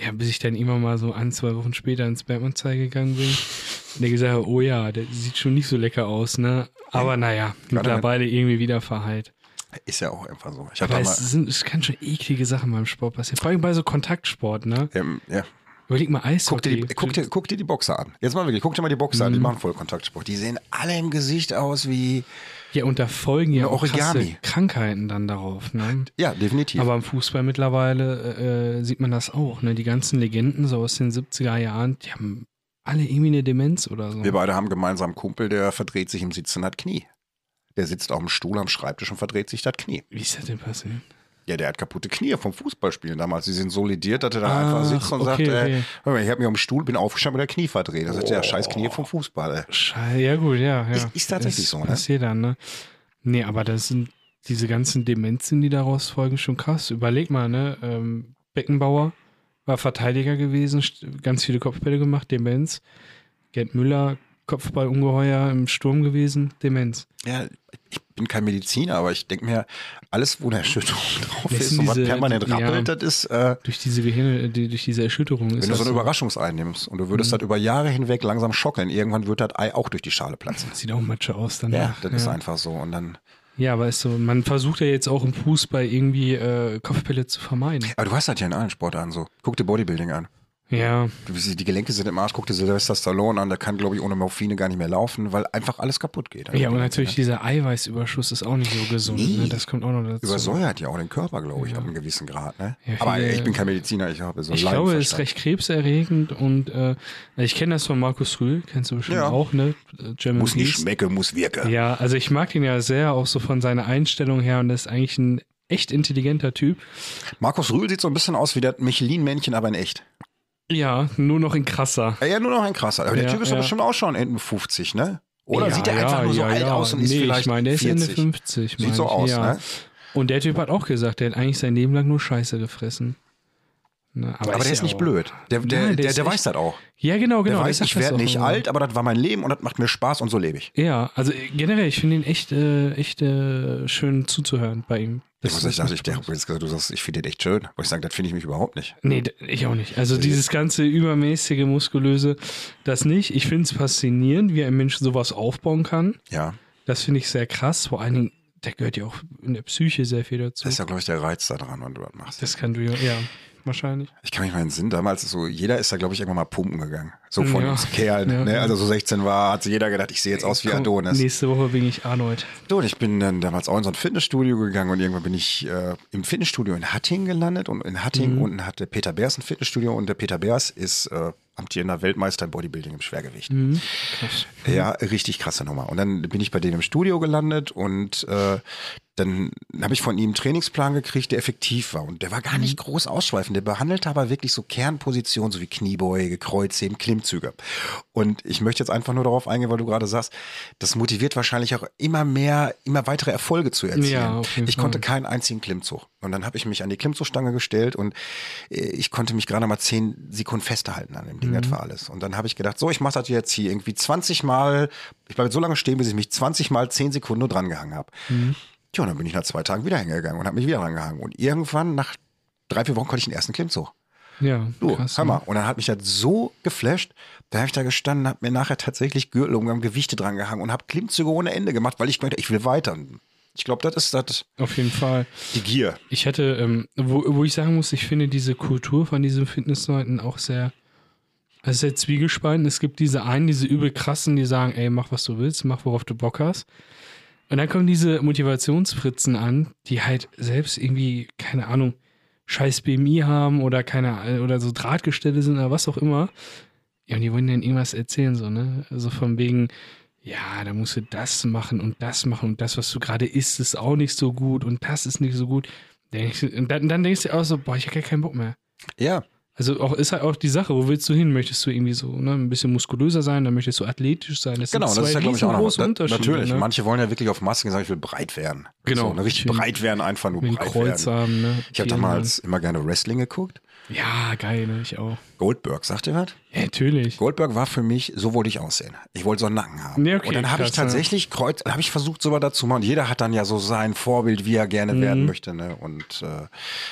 [SPEAKER 3] Ja, bis ich dann immer mal so ein, zwei Wochen später ins Bergmann-Zeige gegangen bin. Und der gesagt hat, oh ja, das sieht schon nicht so lecker aus, ne? Aber naja, mittlerweile irgendwie wieder verheilt.
[SPEAKER 2] Ist ja auch einfach so. Ich hab
[SPEAKER 3] Aber
[SPEAKER 2] da
[SPEAKER 3] es,
[SPEAKER 2] mal,
[SPEAKER 3] sind, es kann schon eklige Sachen beim Sport passieren. Vor allem bei so Kontaktsport, ne?
[SPEAKER 2] ähm, ja.
[SPEAKER 3] Überleg mal Eishockey.
[SPEAKER 2] guck, dir die, guck, dir, guck dir die Boxer an. Jetzt mal wirklich, guck dir mal die Boxer
[SPEAKER 3] Mhm.
[SPEAKER 2] an, die machen Vollkontaktsport. Die sehen alle im Gesicht aus wie,
[SPEAKER 3] ja, und da folgen ja
[SPEAKER 2] Eine
[SPEAKER 3] auch krasse
[SPEAKER 2] Origami.
[SPEAKER 3] Krankheiten dann darauf, ne?
[SPEAKER 2] ja, definitiv.
[SPEAKER 3] Aber im Fußball mittlerweile äh, sieht man das auch. Ne? Die ganzen Legenden so aus den 70er Jahren, die haben alle irgendwie eine Demenz oder so.
[SPEAKER 2] Wir beide haben gemeinsam einen Kumpel, der verdreht sich im Sitzen hat Knie. Der sitzt auf dem Stuhl am Schreibtisch und verdreht sich das Knie.
[SPEAKER 3] Wie ist das denn passiert?
[SPEAKER 2] Ja, der hat kaputte Knie vom Fußballspielen damals. Die sind solidiert, dass er da
[SPEAKER 3] Ach,
[SPEAKER 2] einfach sitzt und sagt,
[SPEAKER 3] okay,
[SPEAKER 2] äh,
[SPEAKER 3] okay.
[SPEAKER 2] hör mal, ich habe mich auf dem Stuhl, bin aufgestanden mit der Knie verdreht. Das ist der scheiß Knie vom Fußball. Ey.
[SPEAKER 3] Scheiße, ja gut, ja. ja.
[SPEAKER 2] Ist- ist tatsächlich
[SPEAKER 3] Das
[SPEAKER 2] so, ne?
[SPEAKER 3] Passiert dann, ne? Nee, aber das sind diese ganzen Demenzen, die daraus folgen, schon krass. Überleg mal, ne? Ähm, Beckenbauer war Verteidiger gewesen, st- ganz viele Kopfbälle gemacht, Demenz. Gerd Müller, Kopfballungeheuer im Sturm gewesen, Demenz.
[SPEAKER 2] Ja, ich bin kein Mediziner, aber ich denke mir, alles, wo der Erschütterung drauf
[SPEAKER 3] Das
[SPEAKER 2] ist
[SPEAKER 3] sind
[SPEAKER 2] und was
[SPEAKER 3] diese-
[SPEAKER 2] permanent
[SPEAKER 3] ja.
[SPEAKER 2] rappelt, das ist, äh,
[SPEAKER 3] Durch diese, Gehirn, die, durch diese Erschütterung ist
[SPEAKER 2] wenn du
[SPEAKER 3] das Mhm.
[SPEAKER 2] so eine Überraschungsei nimmst und du würdest das über Jahre hinweg langsam schockeln, irgendwann wird das Ei auch durch die Schale platzen.
[SPEAKER 3] Sieht auch Matsche aus dann. ne?
[SPEAKER 2] Ja, das ist einfach so. Und dann
[SPEAKER 3] Ja, aber ist so, man versucht ja jetzt auch im Fußball irgendwie äh, Kopfbälle zu vermeiden.
[SPEAKER 2] Aber du hast das ja in allen Sportarten so. Guck dir Bodybuilding an.
[SPEAKER 3] Ja,
[SPEAKER 2] Du- Die Gelenke sind im Arsch, guck dir Sylvester Stallone an, der kann, glaube ich, ohne Morphine gar nicht mehr laufen, weil einfach alles kaputt geht.
[SPEAKER 3] ja und natürlich dieser Eiweißüberschuss ist auch nicht so gesund.
[SPEAKER 2] Nee.
[SPEAKER 3] Ne? Das kommt auch noch dazu.
[SPEAKER 2] Übersäuert ja auch den Körper, glaube ich, ab einem gewissen Grad. Ne?
[SPEAKER 3] Ja, viele-
[SPEAKER 2] Aber ich bin kein Mediziner, ich habe so
[SPEAKER 3] ich
[SPEAKER 2] einen
[SPEAKER 3] glaube, es ist
[SPEAKER 2] Laienverstand.
[SPEAKER 3] recht krebserregend und äh, ich kenne das von Markus Rühl, kennst du bestimmt
[SPEAKER 2] Ja.
[SPEAKER 3] auch, ne? Äh, German
[SPEAKER 2] Muss nicht
[SPEAKER 3] Beast.
[SPEAKER 2] schmecken, muss wirken.
[SPEAKER 3] Ja, also ich mag den ja sehr, auch so von seiner Einstellung her und er ist eigentlich ein echt intelligenter Typ.
[SPEAKER 2] Markus Rühl sieht so ein bisschen aus wie das Michelin-Männchen, aber in echt. Äh,
[SPEAKER 3] Ja, nur noch in krasser.
[SPEAKER 2] Ja, Ja, nur noch ein krasser. Aber der
[SPEAKER 3] Ja,
[SPEAKER 2] Typ ist
[SPEAKER 3] ja.
[SPEAKER 2] doch bestimmt auch schon Ende 50, ne? Oder
[SPEAKER 3] Ja,
[SPEAKER 2] sieht er
[SPEAKER 3] ja,
[SPEAKER 2] einfach nur so
[SPEAKER 3] ja,
[SPEAKER 2] alt
[SPEAKER 3] ja.
[SPEAKER 2] aus und ist
[SPEAKER 3] nee,
[SPEAKER 2] vielleicht
[SPEAKER 3] ich meine, der ist
[SPEAKER 2] 40?
[SPEAKER 3] Ende 50.
[SPEAKER 2] Sieht
[SPEAKER 3] meine
[SPEAKER 2] so
[SPEAKER 3] ich,
[SPEAKER 2] aus,
[SPEAKER 3] ja.
[SPEAKER 2] ne?
[SPEAKER 3] Und der Typ hat auch gesagt, der hat eigentlich sein Leben lang nur Scheiße gefressen. Ne,
[SPEAKER 2] Aber der
[SPEAKER 3] ja
[SPEAKER 2] ist nicht
[SPEAKER 3] auch-
[SPEAKER 2] blöd. Der, der,
[SPEAKER 3] Nein, der
[SPEAKER 2] der, der,
[SPEAKER 3] ist echt-
[SPEAKER 2] weiß das auch.
[SPEAKER 3] Ja, genau,
[SPEAKER 2] Der
[SPEAKER 3] genau.
[SPEAKER 2] weiß,
[SPEAKER 3] sagt
[SPEAKER 2] ich
[SPEAKER 3] das
[SPEAKER 2] werde
[SPEAKER 3] auch
[SPEAKER 2] nicht
[SPEAKER 3] immer.
[SPEAKER 2] alt, aber das war mein Leben und das macht mir Spaß und so lebe ich.
[SPEAKER 3] Ja, also äh, generell, ich finde ihn echt, äh, echt äh, schön zuzuhören bei ihm.
[SPEAKER 2] Ich muss
[SPEAKER 3] ist-
[SPEAKER 2] echt sagen, ich, der hat jetzt gesagt, du sagst, ich finde den echt schön. Wo ich sage, das finde ich mich überhaupt nicht.
[SPEAKER 3] Nee, d- ich auch nicht. Also dieses ganze übermäßige, muskulöse, das nicht. Ich finde es faszinierend, wie ein Mensch sowas aufbauen kann.
[SPEAKER 2] Ja,
[SPEAKER 3] Das finde ich sehr krass. Vor allen Dingen, da gehört ja auch in der Psyche sehr viel dazu.
[SPEAKER 2] das ist ja, glaube ich, der Reiz da dran, wenn du das machst.
[SPEAKER 3] Das kann du ja, ja, wahrscheinlich.
[SPEAKER 2] Ich kann mich mal entsinnen, damals ist so, jeder ist da, glaube ich, irgendwann mal pumpen gegangen. So von
[SPEAKER 3] Ja.
[SPEAKER 2] uns Kerlen.
[SPEAKER 3] Ja.
[SPEAKER 2] Ne? Also so 16 war, hat sich jeder gedacht, ich sehe jetzt aus wie
[SPEAKER 3] Komm,
[SPEAKER 2] Adonis.
[SPEAKER 3] Nächste Woche bin ich Arnold.
[SPEAKER 2] So, und ich bin dann damals auch in so ein Fitnessstudio gegangen und irgendwann bin ich äh, im Fitnessstudio in Hattingen gelandet und in Hattingen unten hatte Peter Beers ein Fitnessstudio und der Peter Beers ist äh, amtierender Weltmeister im Bodybuilding im Schwergewicht.
[SPEAKER 3] Hm? Mhm.
[SPEAKER 2] Ja, richtig krasse Nummer. Und dann bin ich bei denen im Studio gelandet und äh, Dann habe ich von ihm einen Trainingsplan gekriegt, der effektiv war. Und der war gar nicht
[SPEAKER 3] Mhm.
[SPEAKER 2] groß ausschweifend. Der behandelte aber wirklich so Kernpositionen, so wie Kniebeuge, Kreuzheben, Klimmzüge. Und ich möchte jetzt einfach nur darauf eingehen, weil du gerade sagst, das motiviert wahrscheinlich auch immer mehr, immer weitere Erfolge zu erzielen.
[SPEAKER 3] Ja, auf jeden
[SPEAKER 2] ich konnte
[SPEAKER 3] Fall.
[SPEAKER 2] keinen einzigen Klimmzug. Und dann habe ich mich an die Klimmzugstange gestellt und äh, ich konnte mich gerade mal zehn Sekunden festhalten an dem Ding. Das war alles. Und dann habe ich gedacht, so, ich mache das jetzt hier irgendwie 20 Mal. Ich bleibe so lange stehen, bis ich mich 20 Mal 10 Sekunden nur dran gehangen habe. Tja, und dann bin ich nach zwei Tagen wieder hingegangen und habe mich wieder dran gehangen. Und irgendwann, nach drei, vier Wochen, konnte ich den ersten Klimmzug.
[SPEAKER 3] Ja,
[SPEAKER 2] Du,
[SPEAKER 3] krass,
[SPEAKER 2] Hammer. Und dann hat mich das so geflasht, da habe ich da gestanden, habe mir nachher tatsächlich Gürtel umgegangen, Gewichte dran gehangen und habe Klimmzüge ohne Ende gemacht, weil ich gemeint hab, ich will weiter. Ich glaube, das ist das,
[SPEAKER 3] ne? Auf jeden Fall.
[SPEAKER 2] die Gier.
[SPEAKER 3] Ich hätte, ähm, wo, wo ich sagen muss, ich finde diese Kultur von diesen Fitnessleuten auch sehr, also sehr zwiegespalten. Es gibt diese einen, diese übel krassen, die sagen, ey, mach was du willst, mach worauf du Bock hast. Und dann kommen diese Motivationsfritzen an, die halt selbst irgendwie, keine Ahnung, scheiß BMI haben oder keine oder so Drahtgestelle sind oder was auch immer. Ja, und die wollen dann irgendwas erzählen, so, ne? Also von wegen, ja, da musst du das machen und das machen und das, was du gerade isst, ist auch nicht so gut und das ist nicht so gut. Denk, und dann, dann denkst du auch so, boah, ich hab gar keinen Bock mehr.
[SPEAKER 2] Ja,
[SPEAKER 3] Also auch ist halt auch die Sache, wo willst du hin? Möchtest du irgendwie so ne, ein bisschen muskulöser sein, dann möchtest du athletisch sein. Das
[SPEAKER 2] genau.
[SPEAKER 3] sind zwei
[SPEAKER 2] Das ist ja, glaube ich, auch noch
[SPEAKER 3] riesengroße
[SPEAKER 2] da,
[SPEAKER 3] Unterschiede.
[SPEAKER 2] Natürlich.
[SPEAKER 3] ne?
[SPEAKER 2] Manche wollen ja wirklich auf Maske sagen, ich will breit werden.
[SPEAKER 3] Genau.
[SPEAKER 2] So, ne, richtig
[SPEAKER 3] Schön.
[SPEAKER 2] breit werden, einfach nur
[SPEAKER 3] Mit dem
[SPEAKER 2] breit
[SPEAKER 3] Kreuz
[SPEAKER 2] werden.
[SPEAKER 3] haben, ne?
[SPEAKER 2] Ich habe
[SPEAKER 3] Vielen
[SPEAKER 2] damals immer gerne Wrestling geguckt.
[SPEAKER 3] Dank. Ja, geil, ne? Ich auch.
[SPEAKER 2] Goldberg, sagt ihr was?
[SPEAKER 3] Ja, natürlich.
[SPEAKER 2] Goldberg war für mich, so wollte ich aussehen. Ich wollte so einen Nacken haben.
[SPEAKER 3] Ja, okay,
[SPEAKER 2] und dann habe ich
[SPEAKER 3] krass, ja.
[SPEAKER 2] tatsächlich Kreuz, habe ich versucht, sowas dazu machen. Jeder hat dann ja so sein Vorbild, wie er gerne
[SPEAKER 3] Mhm.
[SPEAKER 2] werden möchte. Ne? Und äh,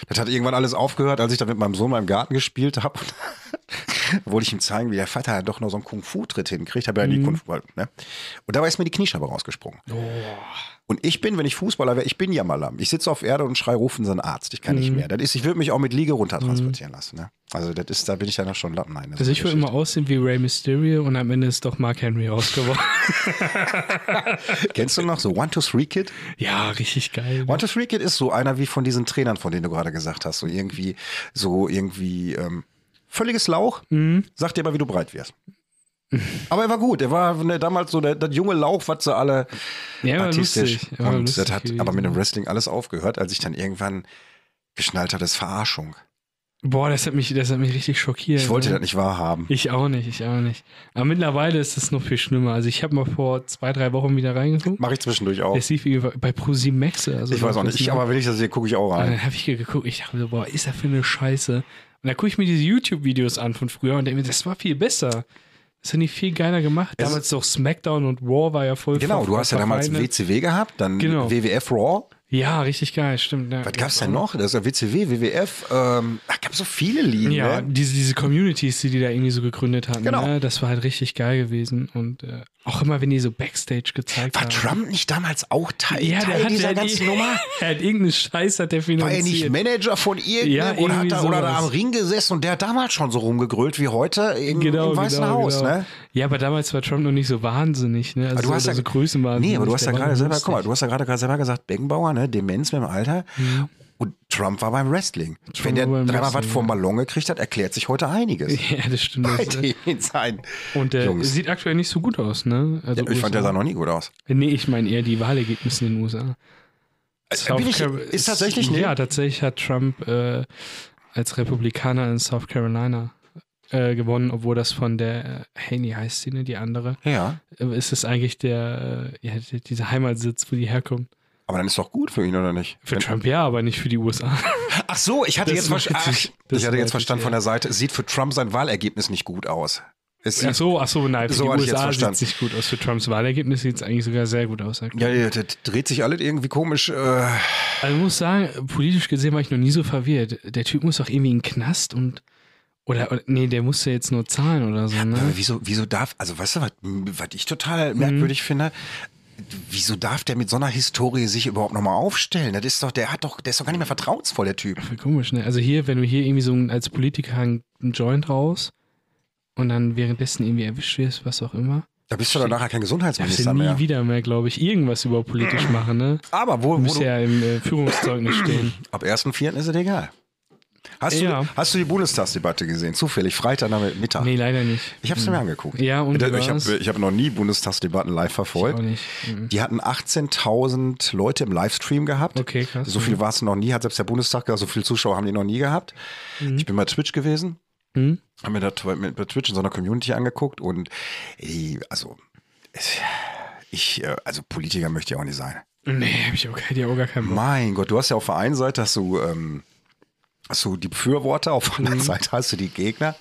[SPEAKER 2] das hat irgendwann alles aufgehört, als ich dann mit meinem Sohn mal im Garten gespielt habe. wollte ich ihm zeigen, wie der Vater ja doch noch so einen Kung-Fu-Tritt hinkriegt. Habe ja
[SPEAKER 3] Mhm.
[SPEAKER 2] nie Kung-Fu. Ne? Und dabei ist mir die Kniescheibe rausgesprungen.
[SPEAKER 3] Oh.
[SPEAKER 2] Und ich bin, wenn ich Fußballer wäre, ich bin ja mal lamm. Ich sitze auf Erde und schrei, rufen Sie einen Arzt. Ich kann nicht
[SPEAKER 3] Mhm.
[SPEAKER 2] mehr. Das ist, ich würde mich auch mit Liege runtertransportieren lassen. Ne? Also das ist, da bin ich dann schon Lappen. Nein, das
[SPEAKER 3] Also
[SPEAKER 2] ist
[SPEAKER 3] ich würde immer aussehen wie Ray Mysterio und am Ende ist doch Mark Henry rausgeworden.
[SPEAKER 2] Kennst du noch so One, Two, Three Kid?
[SPEAKER 3] ja, richtig geil. ne?
[SPEAKER 2] One, Two, Three Kid ist so einer wie von diesen Trainern, von denen du gerade gesagt hast. So irgendwie, so irgendwie ähm, völliges Lauch.
[SPEAKER 3] Mhm.
[SPEAKER 2] Sag dir mal, wie du breit wirst. Aber er war gut. Er war ne, damals so der- das junge Lauch, was sie alle
[SPEAKER 3] Ja, war
[SPEAKER 2] artistisch.
[SPEAKER 3] lustig. Ja, war
[SPEAKER 2] Und
[SPEAKER 3] lustig
[SPEAKER 2] das hat
[SPEAKER 3] gewesen.
[SPEAKER 2] aber mit dem Wrestling alles aufgehört, als ich dann irgendwann geschnallt habe, das ist Verarschung.
[SPEAKER 3] Boah, das hat mich, das hat mich richtig schockiert.
[SPEAKER 2] Ich wollte
[SPEAKER 3] ne?
[SPEAKER 2] das nicht wahrhaben.
[SPEAKER 3] Ich auch nicht, ich auch nicht. Aber mittlerweile ist das noch viel schlimmer. Also ich habe mal vor zwei, drei Wochen wieder reingeguckt.
[SPEAKER 2] Mache ich zwischendurch auch.
[SPEAKER 3] Das lief wie bei ProSieben Max. Also
[SPEAKER 2] Ich weiß auch nicht. Ich, aber wenn ich das sehe, gucke ich auch
[SPEAKER 3] Und
[SPEAKER 2] rein.
[SPEAKER 3] dann habe ich hier geguckt, ich dachte, so, boah, ist das für eine Scheiße. Und dann gucke ich mir diese YouTube-Videos an von früher und denke mir, das war viel besser. Das haben die viel geiler gemacht.
[SPEAKER 2] Es-
[SPEAKER 3] Damals doch SmackDown und Raw war ja voll
[SPEAKER 2] Genau, du hast ja damals
[SPEAKER 3] verfeinert.
[SPEAKER 2] WCW gehabt, dann
[SPEAKER 3] Genau.
[SPEAKER 2] WWF Raw.
[SPEAKER 3] Ja, richtig geil, stimmt. Ja,
[SPEAKER 2] Was gab's denn noch? Das ist ja WCW, WWF. Ähm, ach, gab so viele Ligen.
[SPEAKER 3] Ja,
[SPEAKER 2] ne?
[SPEAKER 3] diese, diese Communities, die die da irgendwie so gegründet hatten,
[SPEAKER 2] Genau.
[SPEAKER 3] ne? das war halt richtig geil gewesen. Und äh, auch immer, wenn die so Backstage gezeigt
[SPEAKER 2] War
[SPEAKER 3] haben.
[SPEAKER 2] Trump nicht damals auch Teil, Teil dieser
[SPEAKER 3] hat
[SPEAKER 2] ganzen
[SPEAKER 3] ir-
[SPEAKER 2] Nummer?
[SPEAKER 3] er hat irgendeinen Scheiß hat der
[SPEAKER 2] War er nicht
[SPEAKER 3] finanziert.
[SPEAKER 2] Manager von irgendeinem
[SPEAKER 3] Ja,
[SPEAKER 2] oder,
[SPEAKER 3] irgendwie
[SPEAKER 2] hat da, oder da
[SPEAKER 3] sowas.
[SPEAKER 2] am Ring gesessen und der hat damals schon so rumgegrölt wie heute im,
[SPEAKER 3] Genau,
[SPEAKER 2] im Weißen Haus, ne?
[SPEAKER 3] Ja, aber damals war Trump noch nicht so wahnsinnig, ne? Also,
[SPEAKER 2] Aber du hast
[SPEAKER 3] so,
[SPEAKER 2] ja
[SPEAKER 3] so Größenwahnsinnig.
[SPEAKER 2] Nee, aber du hast
[SPEAKER 3] Der
[SPEAKER 2] ja
[SPEAKER 3] war
[SPEAKER 2] gerade
[SPEAKER 3] noch
[SPEAKER 2] selber,
[SPEAKER 3] lustig.
[SPEAKER 2] guck mal, du hast ja gerade gerade selber gesagt, Beckenbauer, ne, Demenz mit dem Alter. Und Trump war beim Wrestling. Wenn der
[SPEAKER 3] Mhm. war beim
[SPEAKER 2] dreimal was
[SPEAKER 3] Wrestling,
[SPEAKER 2] vom Ballon gekriegt hat, erklärt sich heute einiges.
[SPEAKER 3] Ja, das stimmt.
[SPEAKER 2] Bei
[SPEAKER 3] Das, ne?
[SPEAKER 2] den sein.
[SPEAKER 3] und äh,
[SPEAKER 2] Jungs.
[SPEAKER 3] sieht aktuell nicht so gut aus, ne? Also
[SPEAKER 2] Ich fand, der sah noch nie gut aus.
[SPEAKER 3] Nee, ich meine eher die Wahlergebnisse in den USA. South
[SPEAKER 2] Also, bin ich-
[SPEAKER 3] Car-
[SPEAKER 2] ist tatsächlich ne?
[SPEAKER 3] Ja,
[SPEAKER 2] nicht-
[SPEAKER 3] tatsächlich hat Trump äh, als Republikaner in South Carolina äh, gewonnen, obwohl das von der äh, Haney heißt sie, ne, die andere.
[SPEAKER 2] Ja.
[SPEAKER 3] Äh, ist es eigentlich der, äh, ja, die- dieser Heimatsitz, wo die herkommt?
[SPEAKER 2] Aber dann ist doch gut für ihn, oder nicht?
[SPEAKER 3] Für Trump ja, aber nicht für die USA.
[SPEAKER 2] Ach so, ich hatte
[SPEAKER 3] Das
[SPEAKER 2] jetzt, versta-
[SPEAKER 3] meinte ich.
[SPEAKER 2] ach,
[SPEAKER 3] Das
[SPEAKER 2] ich hatte
[SPEAKER 3] meinte
[SPEAKER 2] jetzt
[SPEAKER 3] ich,
[SPEAKER 2] verstanden von der Seite, es sieht für Trump sein Wahlergebnis nicht gut aus. Es
[SPEAKER 3] Ach
[SPEAKER 2] sieht,
[SPEAKER 3] so, ach so, nein, für
[SPEAKER 2] So
[SPEAKER 3] die
[SPEAKER 2] hatte ich jetzt
[SPEAKER 3] USA sieht
[SPEAKER 2] verstanden.
[SPEAKER 3] es nicht gut aus. Für Trumps Wahlergebnis sieht es eigentlich sogar sehr gut aus.
[SPEAKER 2] ja, ja, das dreht sich alles irgendwie komisch. Äh,
[SPEAKER 3] Also ich muss sagen, politisch gesehen war ich noch nie so verwirrt. Der Typ muss doch irgendwie in den Knast und oder, oder nee, der musste jetzt nur zahlen oder so, ne?
[SPEAKER 2] aber wieso, wieso darf, also weißt du, was- was ich total
[SPEAKER 3] Mhm.
[SPEAKER 2] merkwürdig finde? Wieso darf der mit so einer Historie sich überhaupt nochmal aufstellen? Das ist doch, der hat doch, der ist doch gar nicht mehr vertrauensvoll, der Typ.
[SPEAKER 3] Voll komisch, ne? Also hier, wenn du hier irgendwie so ein- als Politiker einen Joint raus und dann währenddessen irgendwie erwischt wirst, was auch immer,
[SPEAKER 2] Da bist du doch nachher kein
[SPEAKER 3] darfst
[SPEAKER 2] Gesundheitsminister
[SPEAKER 3] du nie
[SPEAKER 2] mehr.
[SPEAKER 3] wieder mehr, glaube ich, irgendwas über politisch machen, ne?
[SPEAKER 2] Aber wo,
[SPEAKER 3] Du
[SPEAKER 2] wo
[SPEAKER 3] musst
[SPEAKER 2] du,
[SPEAKER 3] ja im äh, Führungszeugnis stehen.
[SPEAKER 2] ab 1.4. ist es egal. Hast,
[SPEAKER 3] Ja.
[SPEAKER 2] du, hast du die Bundestagsdebatte gesehen? Zufällig, Freitag Mittag.
[SPEAKER 3] Nee, Mhm. leider nicht.
[SPEAKER 2] Ich habe es mir angeguckt.
[SPEAKER 3] Ja, und wie
[SPEAKER 2] ich
[SPEAKER 3] war's?
[SPEAKER 2] habe ich hab noch nie Bundestagsdebatten live verfolgt.
[SPEAKER 3] Ich auch nicht.
[SPEAKER 2] Die hatten 18.000 Leute im Livestream gehabt.
[SPEAKER 3] Okay, krass.
[SPEAKER 2] So viel war es noch nie, hat selbst der Bundestag gesagt, so viele Zuschauer haben die noch nie gehabt. Ich bin bei Twitch gewesen,
[SPEAKER 3] Mhm.
[SPEAKER 2] habe mir das bei- mit- bei Twitch in so einer Community angeguckt und ey, also es- ich, äh, also Politiker möchte ich auch nicht sein.
[SPEAKER 3] Nee, hab ich auch, hätte ich auch gar keinen Bock.
[SPEAKER 2] Mein Gott, du hast ja auf der einen Seite hast du, ähm, hast du die Befürworter, auf der anderen Seite hast du die Gegner.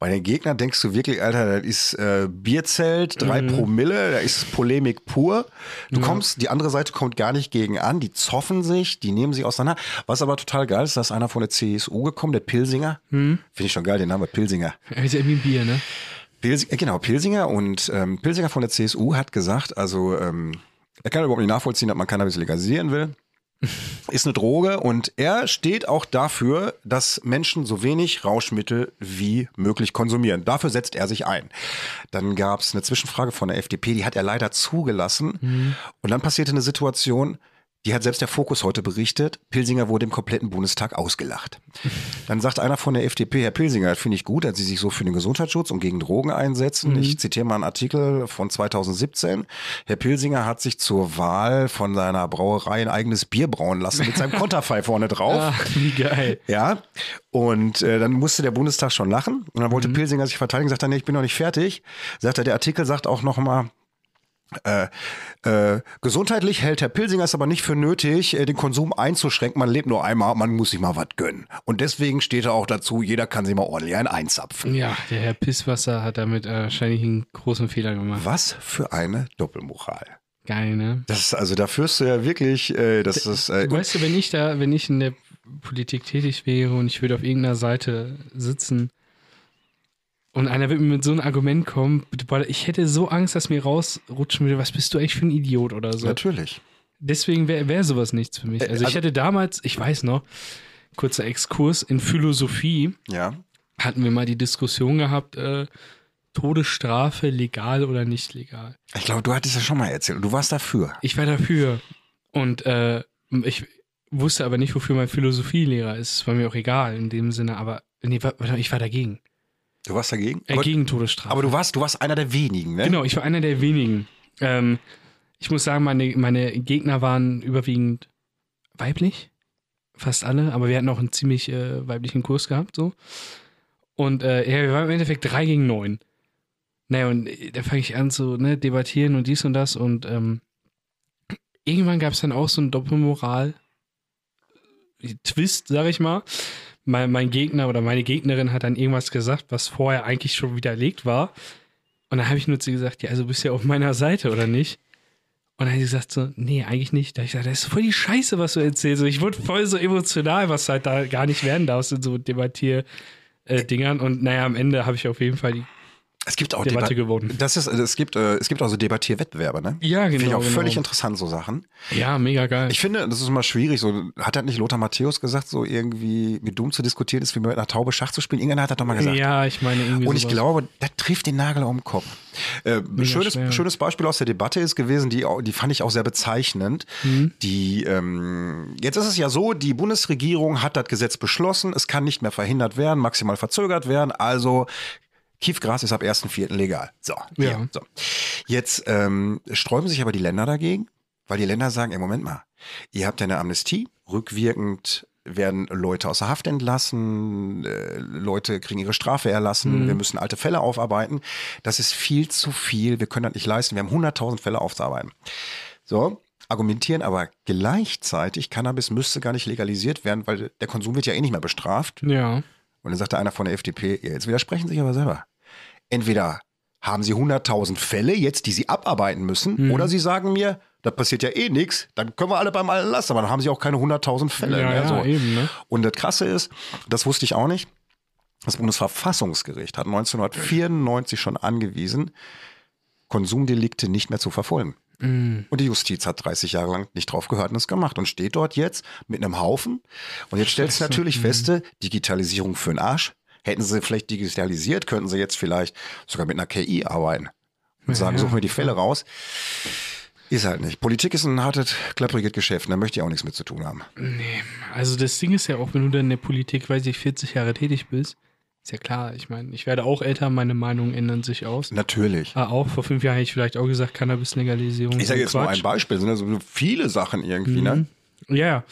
[SPEAKER 2] Bei den Gegnern denkst du wirklich, Alter, das ist äh, Bierzelt, drei Promille, da ist Polemik pur. Du kommst, die andere Seite kommt gar nicht gegen an, die zoffen sich, die nehmen sich auseinander. Was aber total geil ist, da ist einer von der CSU gekommen, der Pilsinger. Finde ich schon geil, den Namen Pilsinger.
[SPEAKER 3] Ist ja irgendwie ein Bier, ne?
[SPEAKER 2] Pils äh, genau, Pilsinger und ähm, Pilsinger von der CSU hat gesagt, also ähm, er kann überhaupt nicht nachvollziehen, dass man Cannabis legalisieren will. Ist eine Droge und er steht auch dafür, dass Menschen so wenig Rauschmittel wie möglich konsumieren. Dafür setzt er sich ein. Dann gab es eine Zwischenfrage von der FDP, die hat er leider zugelassen. Und dann passierte eine Situation, die hat selbst der Fokus heute berichtet, Pilsinger wurde im kompletten Bundestag ausgelacht. Dann sagt einer von der FDP, Herr Pilsinger, das finde ich gut, dass Sie sich so für den Gesundheitsschutz und gegen Drogen einsetzen. Ich zitiere mal einen Artikel von 2017. Herr Pilsinger hat sich zur Wahl von seiner Brauerei ein eigenes Bier brauen lassen mit seinem Konterfei vorne drauf.
[SPEAKER 3] Ach, Ah, wie geil.
[SPEAKER 2] Ja, und äh, dann musste der Bundestag schon lachen. Und dann wollte
[SPEAKER 3] Mhm.
[SPEAKER 2] Pilsinger sich verteidigen, sagt er, nee, ich bin noch nicht fertig. Sagt er, der Artikel sagt auch nochmal, äh, äh, gesundheitlich hält Herr Pilsinger es aber nicht für nötig, äh, den Konsum einzuschränken. Man lebt nur einmal, man muss sich mal was gönnen. Und deswegen steht er auch dazu, jeder kann sich mal ordentlich einen einzapfen.
[SPEAKER 3] Ja, der Herr Pisswasser hat damit äh, wahrscheinlich einen großen Fehler gemacht.
[SPEAKER 2] Was für eine Doppelmoral.
[SPEAKER 3] Geil, ne?
[SPEAKER 2] Das ist also, da führst du ja wirklich, äh, das ist, äh,
[SPEAKER 3] Weißt du, wenn ich da, wenn ich in der Politik tätig wäre und ich würde auf irgendeiner Seite sitzen und einer würde mir mit so einem Argument kommen, boah, ich hätte so Angst, dass mir rausrutschen würde, was bist du eigentlich für ein Idiot oder so.
[SPEAKER 2] natürlich.
[SPEAKER 3] Deswegen wäre wär sowas nichts für mich. Also ich
[SPEAKER 2] also-
[SPEAKER 3] hatte damals, ich weiß noch, kurzer Exkurs, in Philosophie
[SPEAKER 2] Ja.
[SPEAKER 3] hatten wir mal die Diskussion gehabt, äh, Todesstrafe legal oder nicht legal.
[SPEAKER 2] Ich glaube, du hattest ja schon mal erzählt. und Du warst dafür.
[SPEAKER 3] Ich war dafür. Und äh, ich wusste aber nicht, wofür mein Philosophielehrer ist. Es War mir auch egal in dem Sinne, aber nee, wa- warte, ich war dagegen.
[SPEAKER 2] Du warst dagegen?
[SPEAKER 3] Äh,
[SPEAKER 2] Aber,
[SPEAKER 3] gegen Todesstrafe.
[SPEAKER 2] aber du warst, du warst einer der wenigen, ne?
[SPEAKER 3] genau, ich war einer der wenigen. Ähm, ich muss sagen, meine, meine Gegner waren überwiegend weiblich. Fast alle, aber wir hatten auch einen ziemlich äh, weiblichen Kurs gehabt, so. Und äh, ja, wir waren im Endeffekt drei gegen neun. Naja, und äh, da fange ich an zu ne, debattieren und dies und das. Und ähm, irgendwann gab es dann auch so einen Doppelmoral-Twist, sag ich mal. Mein, mein Gegner oder meine Gegnerin hat dann irgendwas gesagt, was vorher eigentlich schon widerlegt war. Und dann habe ich nur zu ihr gesagt, ja, also bist du ja auf meiner Seite, oder nicht? Und dann hat sie gesagt so, nee, eigentlich nicht. Da hab ich gesagt, das ist voll die Scheiße, was du erzählst. So, Ich wurde voll so emotional, was halt da gar nicht werden darfst in so Debattier-Dingern. Und naja, am Ende habe ich auf jeden Fall die
[SPEAKER 2] Es gibt auch
[SPEAKER 3] Debatte
[SPEAKER 2] Debatte
[SPEAKER 3] gewonnen.
[SPEAKER 2] Das ist, es gibt, äh, es gibt auch so Debattierwettbewerbe, ne?
[SPEAKER 3] Ja, genau.
[SPEAKER 2] Finde ich auch
[SPEAKER 3] genau.
[SPEAKER 2] völlig interessant, so Sachen.
[SPEAKER 3] Ja, mega geil.
[SPEAKER 2] Ich finde, das ist immer schwierig. So, hat das nicht Lothar Matthäus gesagt, so irgendwie mit Doom zu diskutieren ist, wie mit einer Taube Schach zu spielen? Irgendeiner hat das doch mal gesagt.
[SPEAKER 3] ja, ich meine irgendwie
[SPEAKER 2] Und ich
[SPEAKER 3] sowas.
[SPEAKER 2] glaube, das trifft den Nagel auf den Kopf. Äh, ein schönes,
[SPEAKER 3] schwer.
[SPEAKER 2] schönes Beispiel aus der Debatte ist gewesen, die, au- die fand ich auch sehr bezeichnend.
[SPEAKER 3] Mhm.
[SPEAKER 2] Die, ähm, jetzt ist es ja so, die Bundesregierung hat das Gesetz beschlossen, es kann nicht mehr verhindert werden, maximal verzögert werden, also Kiefgras ist ab 1.4. legal. So, hier,
[SPEAKER 3] Ja.
[SPEAKER 2] so. Jetzt ähm, sträuben sich aber die Länder dagegen, weil die Länder sagen, ey, Moment mal, ihr habt ja eine Amnestie, rückwirkend werden Leute außer Haft entlassen, äh, Leute kriegen ihre Strafe erlassen, wir müssen alte Fälle aufarbeiten. Das ist viel zu viel, wir können das nicht leisten, wir haben 100.000 Fälle aufzuarbeiten. So, argumentieren aber gleichzeitig, Cannabis müsste gar nicht legalisiert werden, weil der Konsum wird ja eh nicht mehr bestraft.
[SPEAKER 3] Ja.
[SPEAKER 2] Und dann sagte einer von der FDP, ja, jetzt widersprechen Sie sich aber selber. Entweder haben Sie 100.000 Fälle jetzt, die Sie abarbeiten
[SPEAKER 3] Mhm.
[SPEAKER 2] müssen, oder Sie sagen mir, das passiert ja eh nichts, dann können wir alle beim Alten lassen, aber dann haben Sie auch keine 100.000 Fälle.
[SPEAKER 3] Ja,
[SPEAKER 2] ne?
[SPEAKER 3] ja,
[SPEAKER 2] so.
[SPEAKER 3] eben, ne?
[SPEAKER 2] Und das Krasse ist, das wusste ich auch nicht, das Bundesverfassungsgericht hat 1994 schon angewiesen, Konsumdelikte nicht mehr zu verfolgen. Und die Justiz hat 30 Jahre lang nicht drauf gehört und es gemacht und steht dort jetzt mit einem Haufen. Und jetzt stellt es natürlich fest, Digitalisierung für den Arsch. Hätten sie vielleicht digitalisiert, könnten sie jetzt vielleicht sogar mit einer KI arbeiten und sagen, suchen wir die Fälle raus. Ist halt nicht. Politik ist ein hartes, klappriges Geschäft. und Da möchte ich auch nichts mit zu tun haben.
[SPEAKER 3] Nee, also das Ding ist ja auch, wenn du dann in der Politik, weiß ich, 40 Jahre tätig bist, ist ja klar, ich meine, ich werde auch älter, meine Meinungen ändern sich aus.
[SPEAKER 2] Natürlich.
[SPEAKER 3] Ah, auch vor fünf Jahren hätte ich vielleicht auch gesagt, Cannabis-Legalisierung.
[SPEAKER 2] Ich sage jetzt nur ein Beispiel. Es sind ja so viele Sachen irgendwie,
[SPEAKER 3] Mhm.
[SPEAKER 2] ne?
[SPEAKER 3] Ja, ja.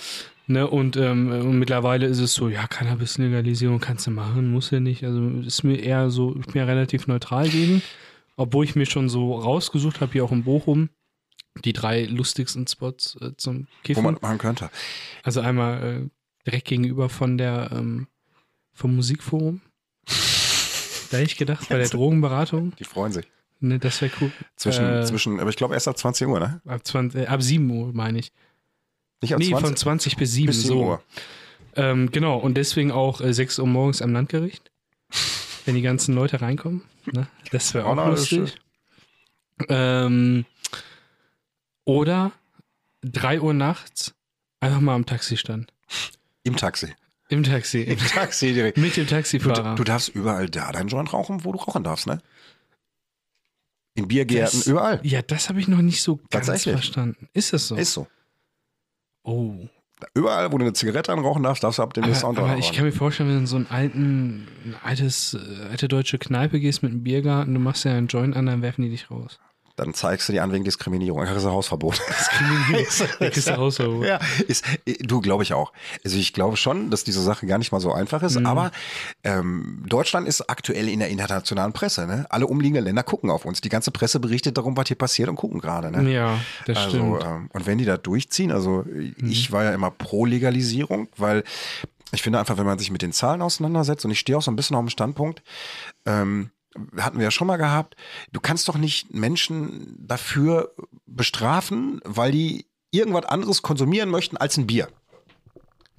[SPEAKER 3] Ne, und, ähm, und mittlerweile ist es so, ja, Cannabis-Legalisierung kannst du machen, musst du nicht. Also ist mir eher so, ich bin ja relativ neutral gegen. Obwohl ich mir schon so rausgesucht habe, hier auch in Bochum, die drei lustigsten Spots äh, zum
[SPEAKER 2] Wo
[SPEAKER 3] Kiffen.
[SPEAKER 2] man machen könnte.
[SPEAKER 3] Also einmal äh, direkt gegenüber von der ähm, vom Musikforum. Da hätte ich gedacht, bei der Drogenberatung,
[SPEAKER 2] Die freuen sich.
[SPEAKER 3] ne, das wäre cool.
[SPEAKER 2] Zwischen,
[SPEAKER 3] Äh,
[SPEAKER 2] zwischen, aber ich glaube erst ab 20 Uhr, ne?
[SPEAKER 3] Ab, 20, äh, ab 7 Uhr meine ich.
[SPEAKER 2] Nicht ab
[SPEAKER 3] nee,
[SPEAKER 2] 20
[SPEAKER 3] von 20 bis 7,
[SPEAKER 2] bis 7
[SPEAKER 3] so.
[SPEAKER 2] Uhr.
[SPEAKER 3] Ähm, genau, und deswegen auch äh, 6 Uhr morgens am Landgericht, wenn die ganzen Leute reinkommen. Ne? Das wäre auch
[SPEAKER 2] Oder ist
[SPEAKER 3] lustig. Ähm, oder 3 Uhr nachts einfach mal am Taxistand.
[SPEAKER 2] Im Taxi.
[SPEAKER 3] Im Taxi.
[SPEAKER 2] Taxi direkt.
[SPEAKER 3] Mit dem Taxifahrer.
[SPEAKER 2] Du, du darfst überall da dein Joint rauchen, wo du rauchen darfst, ne? In Biergärten,
[SPEAKER 3] Das-
[SPEAKER 2] überall.
[SPEAKER 3] Ja, das habe ich noch nicht so ganz
[SPEAKER 2] Tatsächlich.
[SPEAKER 3] verstanden. Ist das so?
[SPEAKER 2] Ist so.
[SPEAKER 3] oh.
[SPEAKER 2] Überall, wo du eine Zigarette anrauchen darfst, darfst du ab dem
[SPEAKER 3] Aber,
[SPEAKER 2] Sound
[SPEAKER 3] aber ich
[SPEAKER 2] rauchen.
[SPEAKER 3] kann mir vorstellen, wenn du in so einen alten, ein altes, äh, alte deutsche Kneipe gehst mit einem Biergarten, du machst ja einen Joint an, dann werfen die dich raus.
[SPEAKER 2] Dann zeigst du die an wegen Diskriminierung. Dann kriegst du Hausverbot.
[SPEAKER 3] Das kriegen wir nicht. Dann kriegst du raus. aber-
[SPEAKER 2] Ja, ist, äh, du glaube ich auch. Also ich glaube schon, dass diese Sache gar nicht mal so einfach ist, aber ähm, Deutschland ist aktuell in der internationalen Presse. Ne? Alle umliegenden Länder gucken auf uns. Die ganze Presse berichtet darum, was hier passiert und gucken gerade. Ne?
[SPEAKER 3] Ja, das
[SPEAKER 2] Also,
[SPEAKER 3] stimmt. Mhm.
[SPEAKER 2] ähm, und wenn die da durchziehen, also äh, ich war ja immer pro Legalisierung, weil ich finde einfach, wenn man sich mit den Zahlen auseinandersetzt und ich stehe auch so ein bisschen auf dem Standpunkt, ähm, hatten wir ja schon mal gehabt, du kannst doch nicht Menschen dafür bestrafen, weil die irgendwas anderes konsumieren möchten als ein Bier.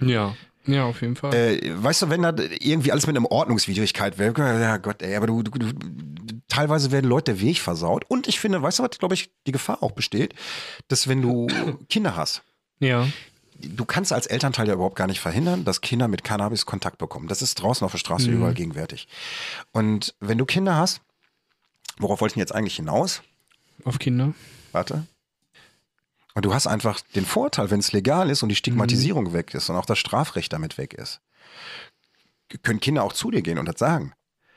[SPEAKER 3] Ja. Ja, auf jeden Fall.
[SPEAKER 2] Äh, weißt du, wenn das irgendwie alles mit einer Ordnungswidrigkeit wäre, können wir- ja Gott, ey, aber du, du, du, teilweise werden Leute der Weg versaut. Und ich finde, weißt du, was, glaube ich, die Gefahr auch besteht, dass wenn du Kinder hast,
[SPEAKER 3] ja.
[SPEAKER 2] du kannst als Elternteil ja überhaupt gar nicht verhindern, dass Kinder mit Cannabis Kontakt bekommen. Das ist draußen auf der Straße überall gegenwärtig. Und wenn du Kinder hast, worauf wollte ich denn jetzt eigentlich hinaus?
[SPEAKER 3] Auf Kinder.
[SPEAKER 2] Warte. Und du hast einfach den Vorteil, wenn es legal ist und die Stigmatisierung weg ist und auch das Strafrecht damit weg ist, können Kinder auch zu dir gehen und das sagen.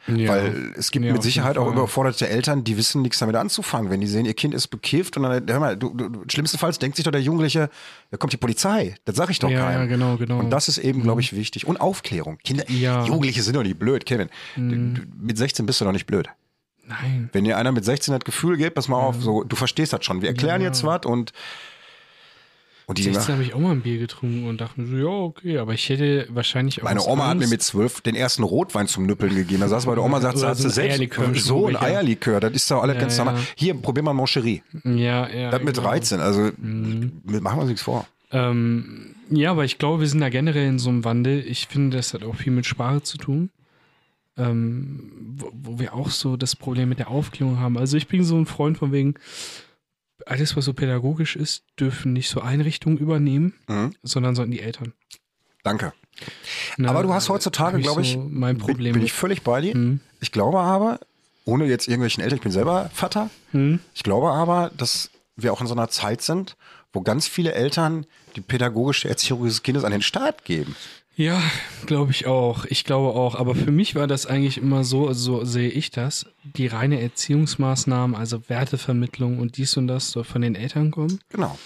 [SPEAKER 3] Ja.
[SPEAKER 2] Weil es gibt
[SPEAKER 3] Ja,
[SPEAKER 2] mit
[SPEAKER 3] auf jeden
[SPEAKER 2] Sicherheit auch
[SPEAKER 3] Fall.
[SPEAKER 2] überforderte Eltern, die wissen nichts damit anzufangen, wenn die sehen, ihr Kind ist bekifft und dann, hör mal, du, du, du- schlimmstenfalls denkt sich doch der Jugendliche, da kommt die Polizei, das sag ich doch
[SPEAKER 3] Ja,
[SPEAKER 2] keinem.
[SPEAKER 3] ja, genau, genau.
[SPEAKER 2] Und das ist eben, glaube ich, wichtig. Und Aufklärung. Kinder,
[SPEAKER 3] Ja. Mhm.
[SPEAKER 2] Jugendliche sind doch nicht blöd, Kevin. Du, du, mit 16 bist du doch nicht blöd.
[SPEAKER 3] Nein.
[SPEAKER 2] Wenn dir einer mit 16 das Gefühl gibt, pass mal
[SPEAKER 3] Mhm.
[SPEAKER 2] auf, so, du verstehst das schon, wir erklären jetzt was und, und die,
[SPEAKER 3] 16 habe ich auch mal ein Bier getrunken und dachte mir so, ja, okay, aber ich hätte wahrscheinlich auch
[SPEAKER 2] Meine
[SPEAKER 3] aus
[SPEAKER 2] Oma hat mir
[SPEAKER 3] Angst-
[SPEAKER 2] mit zwölf den ersten Rotwein zum Nüppeln gegeben. Da saß bei der Oma und sagt,
[SPEAKER 3] Oder
[SPEAKER 2] so,
[SPEAKER 3] so ein Eierlikör,
[SPEAKER 2] selbst so ein
[SPEAKER 3] Schokobrecher.
[SPEAKER 2] Eierlikör, das ist doch alles
[SPEAKER 3] Ja,
[SPEAKER 2] ganz normal.
[SPEAKER 3] ja.
[SPEAKER 2] Hier, probier mal Moncherie.
[SPEAKER 3] Ja, ja.
[SPEAKER 2] Das mit
[SPEAKER 3] genau. Mhm.
[SPEAKER 2] 13, also mit- machen wir uns nichts vor.
[SPEAKER 3] Ähm, ja, aber ich glaube, wir sind da generell in so einem Wandel. Ich finde, das hat auch viel mit Sprache zu tun. Ähm, wo, wo wir auch so das Problem mit der Aufklärung haben. Also ich bin so ein Freund von wegen, alles, was so pädagogisch ist, dürfen nicht so Einrichtungen übernehmen,
[SPEAKER 2] Mhm.
[SPEAKER 3] sondern sollten die Eltern.
[SPEAKER 2] Danke.
[SPEAKER 3] Ne,
[SPEAKER 2] Aber du hast
[SPEAKER 3] äh,
[SPEAKER 2] heutzutage,
[SPEAKER 3] hab
[SPEAKER 2] glaube ich,
[SPEAKER 3] so mein Problem. Mhm.
[SPEAKER 2] Bin, bin
[SPEAKER 3] mit.
[SPEAKER 2] ich völlig bei dir. Ich glaube aber, ohne jetzt irgendwelchen Eltern, ich bin selber Vater,
[SPEAKER 3] Mhm.
[SPEAKER 2] ich glaube aber, dass wir auch in so einer Zeit sind, wo ganz viele Eltern die pädagogische Erziehung des Kindes an den Staat geben.
[SPEAKER 3] Ja, glaube ich auch. Ich glaube auch. Aber für mich war das eigentlich immer so, also so sehe ich das, die reine Erziehungsmaßnahmen, also Wertevermittlung und dies und das soll von den Eltern kommen.
[SPEAKER 2] Genau.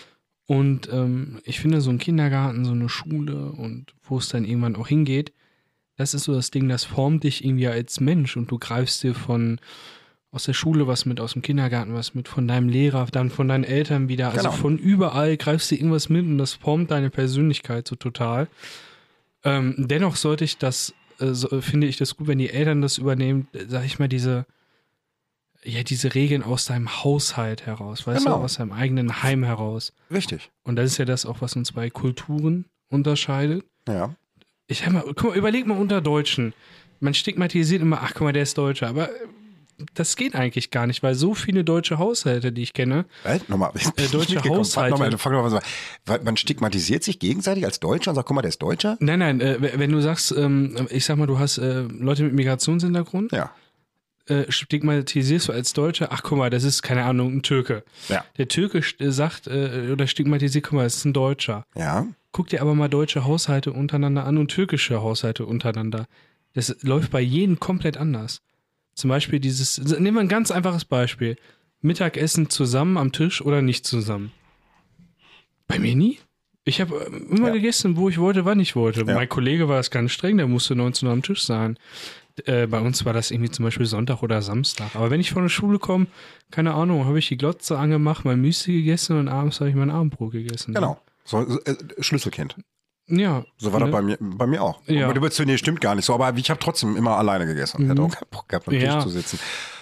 [SPEAKER 3] Und ähm, ich finde, so ein Kindergarten, so eine Schule und wo es dann irgendwann auch hingeht, das ist so das Ding, das formt dich irgendwie als Mensch und du greifst dir von aus der Schule was mit, aus dem Kindergarten was mit, von deinem Lehrer, dann von deinen Eltern wieder. Also
[SPEAKER 2] Genau.
[SPEAKER 3] von überall greifst du irgendwas mit und das formt deine Persönlichkeit so total. Ähm, dennoch sollte ich das, äh, so, finde ich das gut, wenn die Eltern das übernehmen, äh, sag ich mal, diese, ja, diese Regeln aus deinem Haushalt heraus, weißt
[SPEAKER 2] Genau.
[SPEAKER 3] du, aus deinem eigenen Heim heraus.
[SPEAKER 2] Richtig.
[SPEAKER 3] Und das ist ja das auch, was uns bei Kulturen unterscheidet.
[SPEAKER 2] Ja.
[SPEAKER 3] Ich hab mal, guck mal, überleg mal unter Deutschen. Man stigmatisiert immer, ach guck mal, der ist Deutscher. Aber äh, das geht eigentlich gar nicht, weil so viele deutsche Haushalte, die ich kenne,
[SPEAKER 2] Was? Nochmal. Ich bin
[SPEAKER 3] Äh,
[SPEAKER 2] nicht
[SPEAKER 3] deutsche
[SPEAKER 2] mitgekommen. Warte,
[SPEAKER 3] Haushalte.
[SPEAKER 2] Nochmal, fang nochmal was an. Weil Man stigmatisiert sich gegenseitig als Deutscher und sagt, guck mal, der ist Deutscher?
[SPEAKER 3] nein, nein, äh, wenn du sagst, ähm, ich sag mal, du hast äh, Leute mit Migrationshintergrund,
[SPEAKER 2] Ja.
[SPEAKER 3] äh, stigmatisierst du als Deutscher, ach guck mal, das ist, keine Ahnung, ein Türke.
[SPEAKER 2] Ja.
[SPEAKER 3] Der Türke st- äh, sagt äh, oder stigmatisiert, guck mal, das ist ein Deutscher.
[SPEAKER 2] Ja.
[SPEAKER 3] Guck dir aber mal deutsche Haushalte untereinander an und türkische Haushalte untereinander. Das läuft bei jedem komplett anders. Zum Beispiel dieses, nehmen wir ein ganz einfaches Beispiel. Mittagessen zusammen am Tisch oder nicht zusammen? Bei mir nie. Ich habe äh, immer
[SPEAKER 2] Ja.
[SPEAKER 3] gegessen, wo ich wollte, wann ich wollte.
[SPEAKER 2] Ja.
[SPEAKER 3] Mein Kollege war es ganz streng, der musste 19 Uhr am Tisch sein. D- Äh, bei uns war das irgendwie zum Beispiel Sonntag oder Samstag. Aber wenn ich von der Schule komme, keine Ahnung, habe ich die Glotze angemacht, mein Müsli gegessen und abends habe ich mein Abendbrot gegessen.
[SPEAKER 2] Genau. So, so, äh, Schlüsselkind.
[SPEAKER 3] Ja.
[SPEAKER 2] So war das
[SPEAKER 3] Ne?
[SPEAKER 2] bei mir, bei mir auch.
[SPEAKER 3] Ja. Mhm.
[SPEAKER 2] Aber du würdest, nee, stimmt gar nicht so. Aber ich habe trotzdem immer alleine gegessen. Ich hatte auch keinen Bock gehabt, am
[SPEAKER 3] Ja.
[SPEAKER 2] Tisch zu sitzen.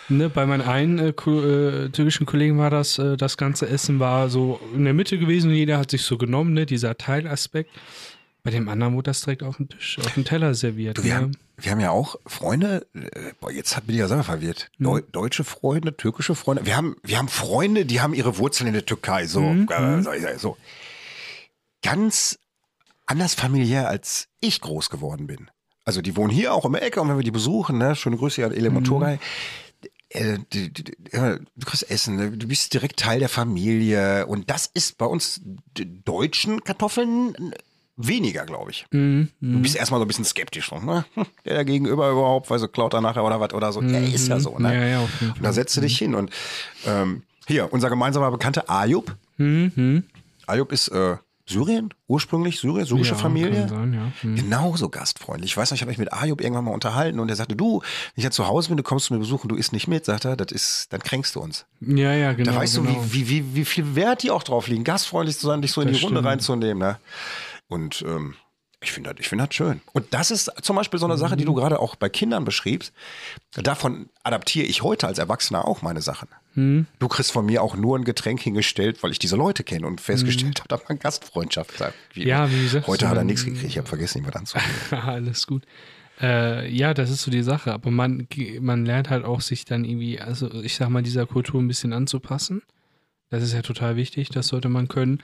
[SPEAKER 3] Ne, bei meinen einen äh, Ko- äh, türkischen Kollegen war das, äh, das ganze Essen war so in der Mitte gewesen, jeder hat sich so genommen, ne, dieser Teilaspekt. Bei dem anderen wurde das direkt auf den Tisch, auf den Teller serviert.
[SPEAKER 2] Wir,
[SPEAKER 3] ne?
[SPEAKER 2] haben, wir haben ja auch Freunde, äh, boah, jetzt hat- bin ich ja selber verwirrt. Deu deutsche Freunde, türkische Freunde. Wir haben, wir haben Freunde, die haben ihre Wurzeln in der Türkei. So, äh, so, so. Ganz anders familiär, als ich groß geworden bin. Also die wohnen hier auch um die Ecke und wenn wir die besuchen, ne, schöne Grüße an Ele Motoray. Äh, die- die- die- ja, Du kriegst Essen, ne? du bist direkt Teil der Familie und das ist bei uns d- deutschen Kartoffeln weniger, glaube ich.
[SPEAKER 3] Mhm,
[SPEAKER 2] Du bist erstmal so ein bisschen skeptisch. so, Ne? Hm, Der da gegenüber überhaupt, weil so klaut er nachher oder was oder so. Ja, ist ja so. Ne?
[SPEAKER 3] Mhm. Ja, ja, auf jeden
[SPEAKER 2] und da setzt du dich hin und ähm, hier, unser gemeinsamer Bekannter Ayub.
[SPEAKER 3] Mhm,
[SPEAKER 2] Ayub ist äh, Syrien, ursprünglich Syrien, syrische
[SPEAKER 3] Ja,
[SPEAKER 2] Familie.
[SPEAKER 3] kann sein, ja. Mhm.
[SPEAKER 2] Genauso gastfreundlich. Ich weiß noch, ich habe mich mit Ayub irgendwann mal unterhalten und er sagte, du, wenn ich ja zu Hause bin, du kommst zu mir besuchen, du isst nicht mit, sagt er, das ist, dann kränkst du uns.
[SPEAKER 3] Ja, ja, genau.
[SPEAKER 2] Da weißt
[SPEAKER 3] genau.
[SPEAKER 2] du, wie, wie, wie, wie viel Wert die auch drauf liegen, gastfreundlich zu sein, dich so in
[SPEAKER 3] Das
[SPEAKER 2] die Runde
[SPEAKER 3] stimmt.
[SPEAKER 2] reinzunehmen. Ne? Und ähm, ich finde das, ich find das schön. Und das ist zum Beispiel so eine Sache, die
[SPEAKER 3] Mhm.
[SPEAKER 2] du gerade auch bei Kindern beschriebst. Davon adaptiere ich heute als Erwachsener auch meine Sachen.
[SPEAKER 3] Mhm.
[SPEAKER 2] Du kriegst von mir auch nur ein Getränk hingestellt, weil ich diese Leute kenne und festgestellt habe, dass man Gastfreundschaft sagt.
[SPEAKER 3] Mhm. Ja, wie gesagt,
[SPEAKER 2] Heute
[SPEAKER 3] so
[SPEAKER 2] hat er
[SPEAKER 3] ein-
[SPEAKER 2] nichts gekriegt, ich habe vergessen, ihm was anzubieten.
[SPEAKER 3] Alles gut. Äh, ja, das ist so die Sache. Aber man, man lernt halt auch, sich dann irgendwie, also ich sag mal, dieser Kultur ein bisschen anzupassen. Das ist ja total wichtig, das sollte man können.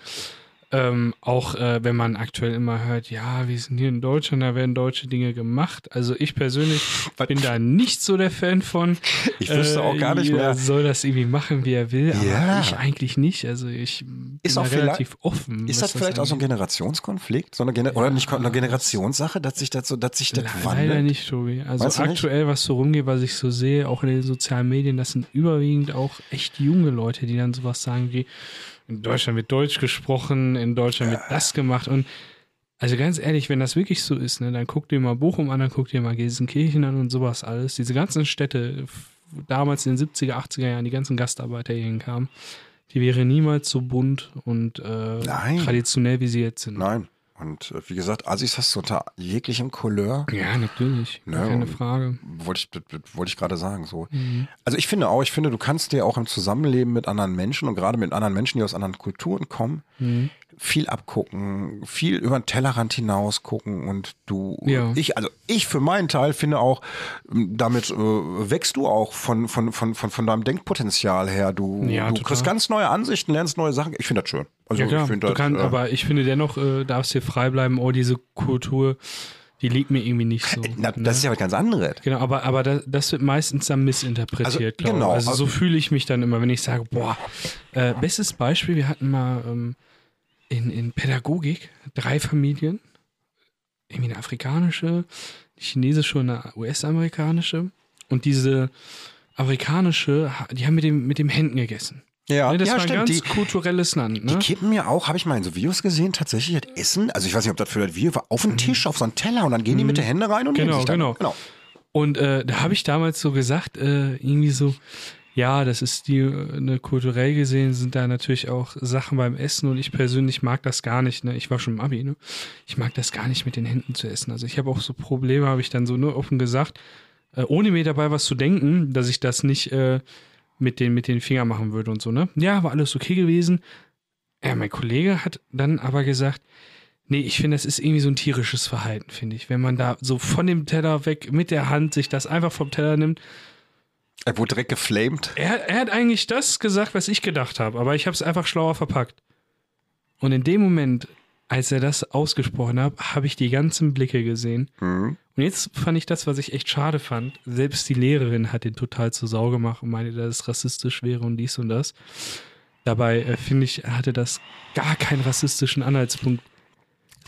[SPEAKER 3] Ähm, auch äh, wenn man aktuell immer hört, ja, wir sind hier in Deutschland, da werden deutsche Dinge gemacht. Also ich persönlich
[SPEAKER 2] Was?
[SPEAKER 3] bin da nicht so der Fan von. Äh,
[SPEAKER 2] Ich wüsste auch gar nicht
[SPEAKER 3] jeder
[SPEAKER 2] mehr.
[SPEAKER 3] soll das irgendwie machen, wie er will, aber
[SPEAKER 2] Ja.
[SPEAKER 3] ich eigentlich nicht. Also ich bin
[SPEAKER 2] Ist
[SPEAKER 3] da
[SPEAKER 2] auch vielleicht-
[SPEAKER 3] relativ offen.
[SPEAKER 2] Ist
[SPEAKER 3] was
[SPEAKER 2] das vielleicht auch so ein
[SPEAKER 3] angeht.
[SPEAKER 2] Generationskonflikt? So eine Gener oder nicht eine Generationssache, dass sich das so, dass sich das wandelt?
[SPEAKER 3] Leider nicht, Tobi. Also
[SPEAKER 2] Meinst halt du nicht?
[SPEAKER 3] aktuell, was so rumgeht, was ich so sehe, auch in den sozialen Medien, das sind überwiegend auch echt junge Leute, die dann sowas sagen wie, in Deutschland wird Deutsch gesprochen, in Deutschland wird das gemacht. Und also ganz ehrlich, wenn das wirklich so ist, ne, dann guck dir mal Bochum an, dann guck dir mal Gelsenkirchen an und sowas alles. Diese ganzen Städte, f- damals in den 70er, 80er Jahren, die ganzen Gastarbeiter hierhin kamen, die wäre niemals so bunt und äh,
[SPEAKER 2] Nein.
[SPEAKER 3] traditionell, wie sie jetzt sind.
[SPEAKER 2] Nein. Und äh, wie gesagt, Assis hast du unter jeglichem Couleur,
[SPEAKER 3] Ja, natürlich.
[SPEAKER 2] Ja,
[SPEAKER 3] Keine
[SPEAKER 2] und-
[SPEAKER 3] Frage. Mhm.
[SPEAKER 2] wollte ich, das- das wollte ich gerade sagen. So. Also ich finde auch, ich finde, du kannst dir auch im Zusammenleben mit anderen Menschen und gerade mit anderen Menschen, die aus anderen Kulturen kommen,
[SPEAKER 3] Mhm.
[SPEAKER 2] viel abgucken, viel über den Tellerrand hinaus gucken und du,
[SPEAKER 3] Ja.
[SPEAKER 2] ich, also ich für meinen Teil finde auch, m, damit äh, wächst du auch von, von, von, von, von deinem Denkpotenzial her. Du,
[SPEAKER 3] Ja,
[SPEAKER 2] du
[SPEAKER 3] total.
[SPEAKER 2] kriegst ganz neue Ansichten, lernst neue Sachen. Ich finde das schön. Also
[SPEAKER 3] ja, klar.
[SPEAKER 2] ich finde
[SPEAKER 3] du
[SPEAKER 2] das,
[SPEAKER 3] kann,
[SPEAKER 2] äh,
[SPEAKER 3] aber ich finde dennoch, äh, darfst dir frei bleiben, oh, diese Kultur, die liegt mir irgendwie nicht so.
[SPEAKER 2] na, das
[SPEAKER 3] ne?
[SPEAKER 2] ist ja was ganz anderes.
[SPEAKER 3] Genau, aber, aber das, das wird meistens dann missinterpretiert,
[SPEAKER 2] Also,
[SPEAKER 3] glaube ich.
[SPEAKER 2] genau,
[SPEAKER 3] Also so
[SPEAKER 2] also-
[SPEAKER 3] fühle ich mich dann immer, wenn ich sage, boah, äh, bestes Beispiel, wir hatten mal ähm, in, in Pädagogik drei Familien, irgendwie eine afrikanische, eine chinesische und eine US-amerikanische. Und diese afrikanische, ha- die haben mit, dem, mit den Händen gegessen.
[SPEAKER 2] Ja,
[SPEAKER 3] Ne, das
[SPEAKER 2] ja
[SPEAKER 3] war ein
[SPEAKER 2] stimmt.
[SPEAKER 3] ganz
[SPEAKER 2] Die,
[SPEAKER 3] kulturelles Land. Ne?
[SPEAKER 2] Die kippen ja auch, habe ich mal in so Videos gesehen, tatsächlich das Essen. Also ich weiß nicht, ob das für das Video war, auf den Tisch, auf so einen Teller und dann gehen die mit den Händen rein und nehmen
[SPEAKER 3] Mhm. Genau,
[SPEAKER 2] sich dann.
[SPEAKER 3] genau.
[SPEAKER 2] genau.
[SPEAKER 3] Und äh, da habe ich damals so gesagt, äh, irgendwie so, ja, das ist die, äh, ne, kulturell gesehen sind da natürlich auch Sachen beim Essen und ich persönlich mag das gar nicht, ne? Ich war schon im Abi, ne? Ich mag das gar nicht mit den Händen zu essen. Also ich habe auch so Probleme, habe ich dann so nur offen gesagt, äh, ohne mir dabei was zu denken, dass ich das nicht äh, mit, den, mit den Fingern machen würde und so, ne? Ja, war alles okay gewesen. Ja, mein Kollege hat dann aber gesagt, nee, ich finde, das ist irgendwie so ein tierisches Verhalten, finde ich. Wenn man da so von dem Teller weg mit der Hand sich das einfach vom Teller nimmt.
[SPEAKER 2] Er wurde direkt geflamed.
[SPEAKER 3] Er, er hat eigentlich das gesagt, was ich gedacht habe, aber ich habe es einfach schlauer verpackt. Und in dem Moment als er das ausgesprochen hat, habe ich die ganzen Blicke gesehen.
[SPEAKER 2] Mhm.
[SPEAKER 3] Und jetzt fand ich das, was ich echt schade fand. Selbst die Lehrerin hat den total zur Sau gemacht und meinte, dass es rassistisch wäre und dies und das. Dabei äh, finde ich, hatte das gar keinen rassistischen Anhaltspunkt.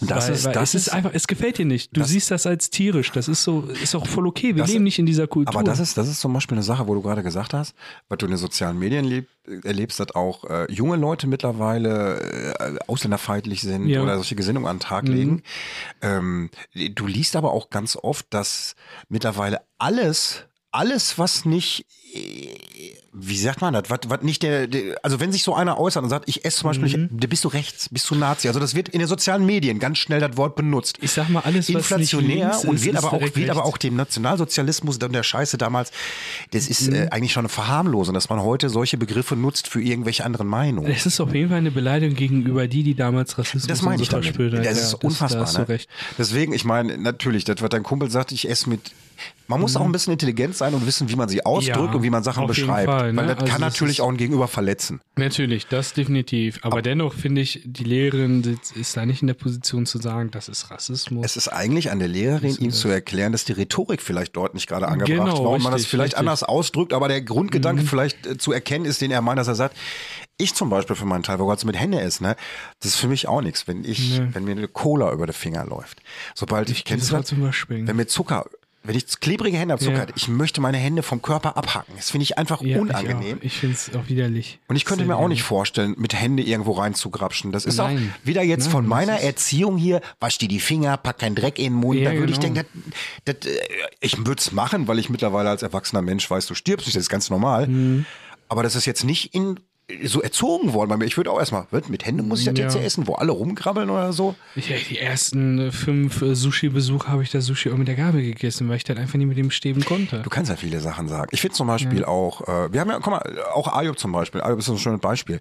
[SPEAKER 2] Das ist- das
[SPEAKER 3] es ist
[SPEAKER 2] ist-
[SPEAKER 3] einfach, es gefällt dir nicht. Du
[SPEAKER 2] das-
[SPEAKER 3] siehst das als tierisch. Das ist so, ist auch voll okay. Wir
[SPEAKER 2] Das-
[SPEAKER 3] leben nicht in dieser Kultur.
[SPEAKER 2] Aber das ist, das ist zum Beispiel eine Sache, wo du gerade gesagt hast, was du in den sozialen Medien leb, erlebst, dass auch äh, junge Leute mittlerweile äh, ausländerfeindlich sind
[SPEAKER 3] Ja. Mhm.
[SPEAKER 2] oder solche Gesinnungen an den Tag legen. Ähm, du liest aber auch ganz oft, dass mittlerweile alles, alles, was nicht, äh, wie sagt man das, was, was nicht der, der, also wenn sich so einer äußert und sagt, ich esse zum Beispiel,
[SPEAKER 3] Mhm.
[SPEAKER 2] nicht, der bist du rechts, bist du Nazi. Also das wird in den sozialen Medien ganz schnell das Wort benutzt
[SPEAKER 3] ich sag mal, alles, was
[SPEAKER 2] inflationär
[SPEAKER 3] nicht links
[SPEAKER 2] und
[SPEAKER 3] ist,
[SPEAKER 2] wird
[SPEAKER 3] ist
[SPEAKER 2] aber, auch,
[SPEAKER 3] direkt
[SPEAKER 2] wird aber
[SPEAKER 3] rechts.
[SPEAKER 2] auch dem Nationalsozialismus und der Scheiße damals, das ist
[SPEAKER 3] Mhm.
[SPEAKER 2] äh, eigentlich schon eine Verharmlosung, dass man heute solche Begriffe nutzt für irgendwelche anderen Meinungen.
[SPEAKER 3] Es ist auf jeden Fall eine Beleidigung gegenüber die, die damals Rassismus
[SPEAKER 2] Das meine
[SPEAKER 3] und
[SPEAKER 2] ich
[SPEAKER 3] so
[SPEAKER 2] damit.
[SPEAKER 3] verspürt haben.
[SPEAKER 2] Das
[SPEAKER 3] Ja,
[SPEAKER 2] ist unfassbar.
[SPEAKER 3] Da hast du
[SPEAKER 2] ne?
[SPEAKER 3] recht.
[SPEAKER 2] Deswegen, ich meine, natürlich, das, was dein Kumpel sagt, ich esse mit. Man muss auch ein bisschen intelligent sein und wissen, wie man sie ausdrückt
[SPEAKER 3] Mhm. Ja,
[SPEAKER 2] und wie man Sachen
[SPEAKER 3] auf jeden
[SPEAKER 2] beschreibt.
[SPEAKER 3] Fall, ne?
[SPEAKER 2] Weil das
[SPEAKER 3] Also
[SPEAKER 2] kann
[SPEAKER 3] das
[SPEAKER 2] natürlich
[SPEAKER 3] ist-
[SPEAKER 2] auch ein Gegenüber verletzen.
[SPEAKER 3] Natürlich, das definitiv. Aber dennoch finde ich, die Lehrerin sitzt- ist da nicht in der Position zu sagen, das ist Rassismus.
[SPEAKER 2] Es ist eigentlich an der Lehrerin, ihm zu erklären, dass die Rhetorik vielleicht dort nicht gerade angebracht
[SPEAKER 3] Genau,
[SPEAKER 2] war und man das
[SPEAKER 3] richtig,
[SPEAKER 2] vielleicht
[SPEAKER 3] richtig. Mhm.
[SPEAKER 2] anders ausdrückt, aber der Grundgedanke vielleicht äh, zu erkennen ist, den er meint, dass er sagt, ich zum Beispiel für meinen Teil, wo gerade so mit Hände ist, ne, das ist für mich auch nichts, wenn ich, wenn mir eine Cola über den Finger läuft. Sobald ich, kennst
[SPEAKER 3] das
[SPEAKER 2] du
[SPEAKER 3] mal zum Überspringen.
[SPEAKER 2] wenn mir Zucker, wenn ich klebrige Hände habe, Zucker,
[SPEAKER 3] Ja.
[SPEAKER 2] hat, ich möchte meine Hände vom Körper abhacken. Das finde ich einfach
[SPEAKER 3] Ja,
[SPEAKER 2] unangenehm.
[SPEAKER 3] Ich, auch. ich finde es auch widerlich.
[SPEAKER 2] Und ich könnte
[SPEAKER 3] Sehr
[SPEAKER 2] mir auch
[SPEAKER 3] widerlich.
[SPEAKER 2] nicht vorstellen, mit Hände irgendwo reinzugrapschen. Das ist
[SPEAKER 3] Nein.
[SPEAKER 2] auch wieder jetzt
[SPEAKER 3] Nein,
[SPEAKER 2] von
[SPEAKER 3] das
[SPEAKER 2] meiner
[SPEAKER 3] ist-
[SPEAKER 2] Erziehung hier, wasch dir die Finger, pack keinen Dreck in den Mund.
[SPEAKER 3] Ja,
[SPEAKER 2] da würde
[SPEAKER 3] genau.
[SPEAKER 2] ich denken, das, das, äh, ich würde es machen, weil ich mittlerweile als erwachsener Mensch weiß, du stirbst nicht, das ist ganz normal.
[SPEAKER 3] Mhm.
[SPEAKER 2] Aber das ist jetzt nicht in so erzogen worden bei mir. Ich würde auch erstmal, wird mit Händen muss ich das
[SPEAKER 3] Ja.
[SPEAKER 2] jetzt hier essen, wo alle rumkrabbeln oder so.
[SPEAKER 3] Ich, die ersten äh, fünf äh, Sushi-Besuche habe ich das Sushi auch mit der Gabel gegessen, weil ich dann einfach nicht mit dem Stäben konnte.
[SPEAKER 2] Du kannst ja viele Sachen sagen. Ich finde zum Beispiel
[SPEAKER 3] Mhm.
[SPEAKER 2] auch, äh, wir haben ja, guck mal, auch Ayub zum Beispiel. Ayub ist ein schönes Beispiel.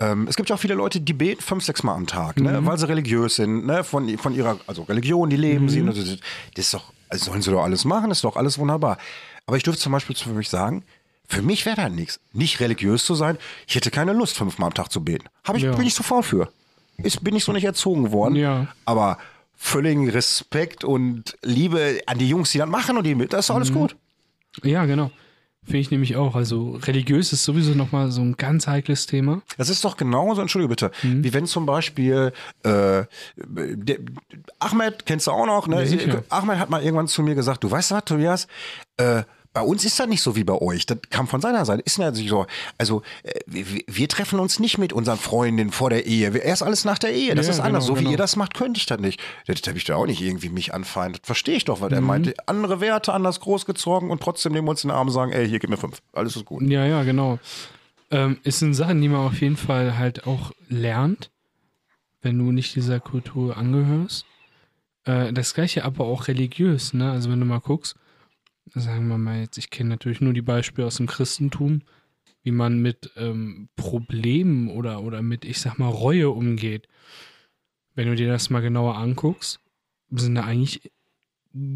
[SPEAKER 2] Ähm, es gibt ja auch viele Leute, die beten fünf, sechs Mal am Tag,
[SPEAKER 3] Mhm.
[SPEAKER 2] ne, weil sie religiös sind, ne, von, von ihrer, also Religion, die
[SPEAKER 3] Mhm.
[SPEAKER 2] leben sie. Und das, ist- das ist doch, also sollen sie doch alles machen, das ist doch alles wunderbar. Aber ich dürfte zum Beispiel für mich sagen, für mich wäre das nichts. Nicht religiös zu sein, ich hätte keine Lust, fünfmal am Tag zu beten. Hab ich,
[SPEAKER 3] Ja.
[SPEAKER 2] Bin ich zu faul für. Ist, bin ich so nicht erzogen worden.
[SPEAKER 3] Ja.
[SPEAKER 2] Aber völligen Respekt und Liebe an die Jungs, die das machen und die mit, das ist doch
[SPEAKER 3] Mhm.
[SPEAKER 2] alles gut.
[SPEAKER 3] ja, genau. Finde ich nämlich auch. Also religiös ist sowieso nochmal so ein ganz heikles Thema.
[SPEAKER 2] Das ist doch genauso, entschuldige bitte,
[SPEAKER 3] Mhm.
[SPEAKER 2] wie wenn zum Beispiel äh, der, Ahmed, kennst du auch noch, ne?
[SPEAKER 3] sicher.
[SPEAKER 2] Ahmed hat mal irgendwann zu mir gesagt, du weißt was, Tobias, äh, bei uns ist das nicht so wie bei euch. Das kam von seiner Seite. Ist natürlich so. Also, äh, wir, wir treffen uns nicht mit unseren Freundinnen vor der Ehe. Wir- Erst alles nach der Ehe. Das
[SPEAKER 3] Ja,
[SPEAKER 2] ist anders.
[SPEAKER 3] genau,
[SPEAKER 2] so wie
[SPEAKER 3] genau.
[SPEAKER 2] ihr das macht, könnte ich das nicht. Das habe ich da auch nicht irgendwie mich anfeindet. Verstehe ich doch, was er
[SPEAKER 3] Mhm.
[SPEAKER 2] meinte. Andere Werte, anders großgezogen und trotzdem nehmen wir uns in den Arm und sagen, ey, hier, gib mir fünf. Alles ist gut.
[SPEAKER 3] Ja, ja, genau. Ähm, es sind Sachen, die man auf jeden Fall halt auch lernt, wenn du nicht dieser Kultur angehörst. Äh, das gleiche aber auch religiös, ne? Also wenn du mal guckst, sagen wir mal jetzt, ich kenne natürlich nur die Beispiele aus dem Christentum, wie man mit ähm, Problemen oder, oder mit, ich sag mal, Reue umgeht. Wenn du dir das mal genauer anguckst, sind da eigentlich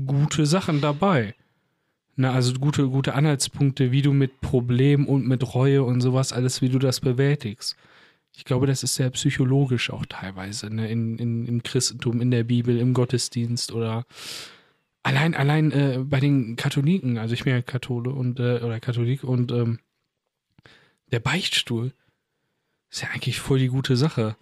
[SPEAKER 3] gute Sachen dabei. Na, also gute, gute Anhaltspunkte, wie du mit Problemen und mit Reue und sowas alles, wie du das bewältigst. Ich glaube, das ist sehr psychologisch auch teilweise, ne? in, in, im Christentum, in der Bibel, im Gottesdienst oder allein, allein äh, bei den Katholiken, also ich bin ja Kathole und äh, oder Katholik und ähm, der Beichtstuhl ist ja eigentlich voll die gute Sache.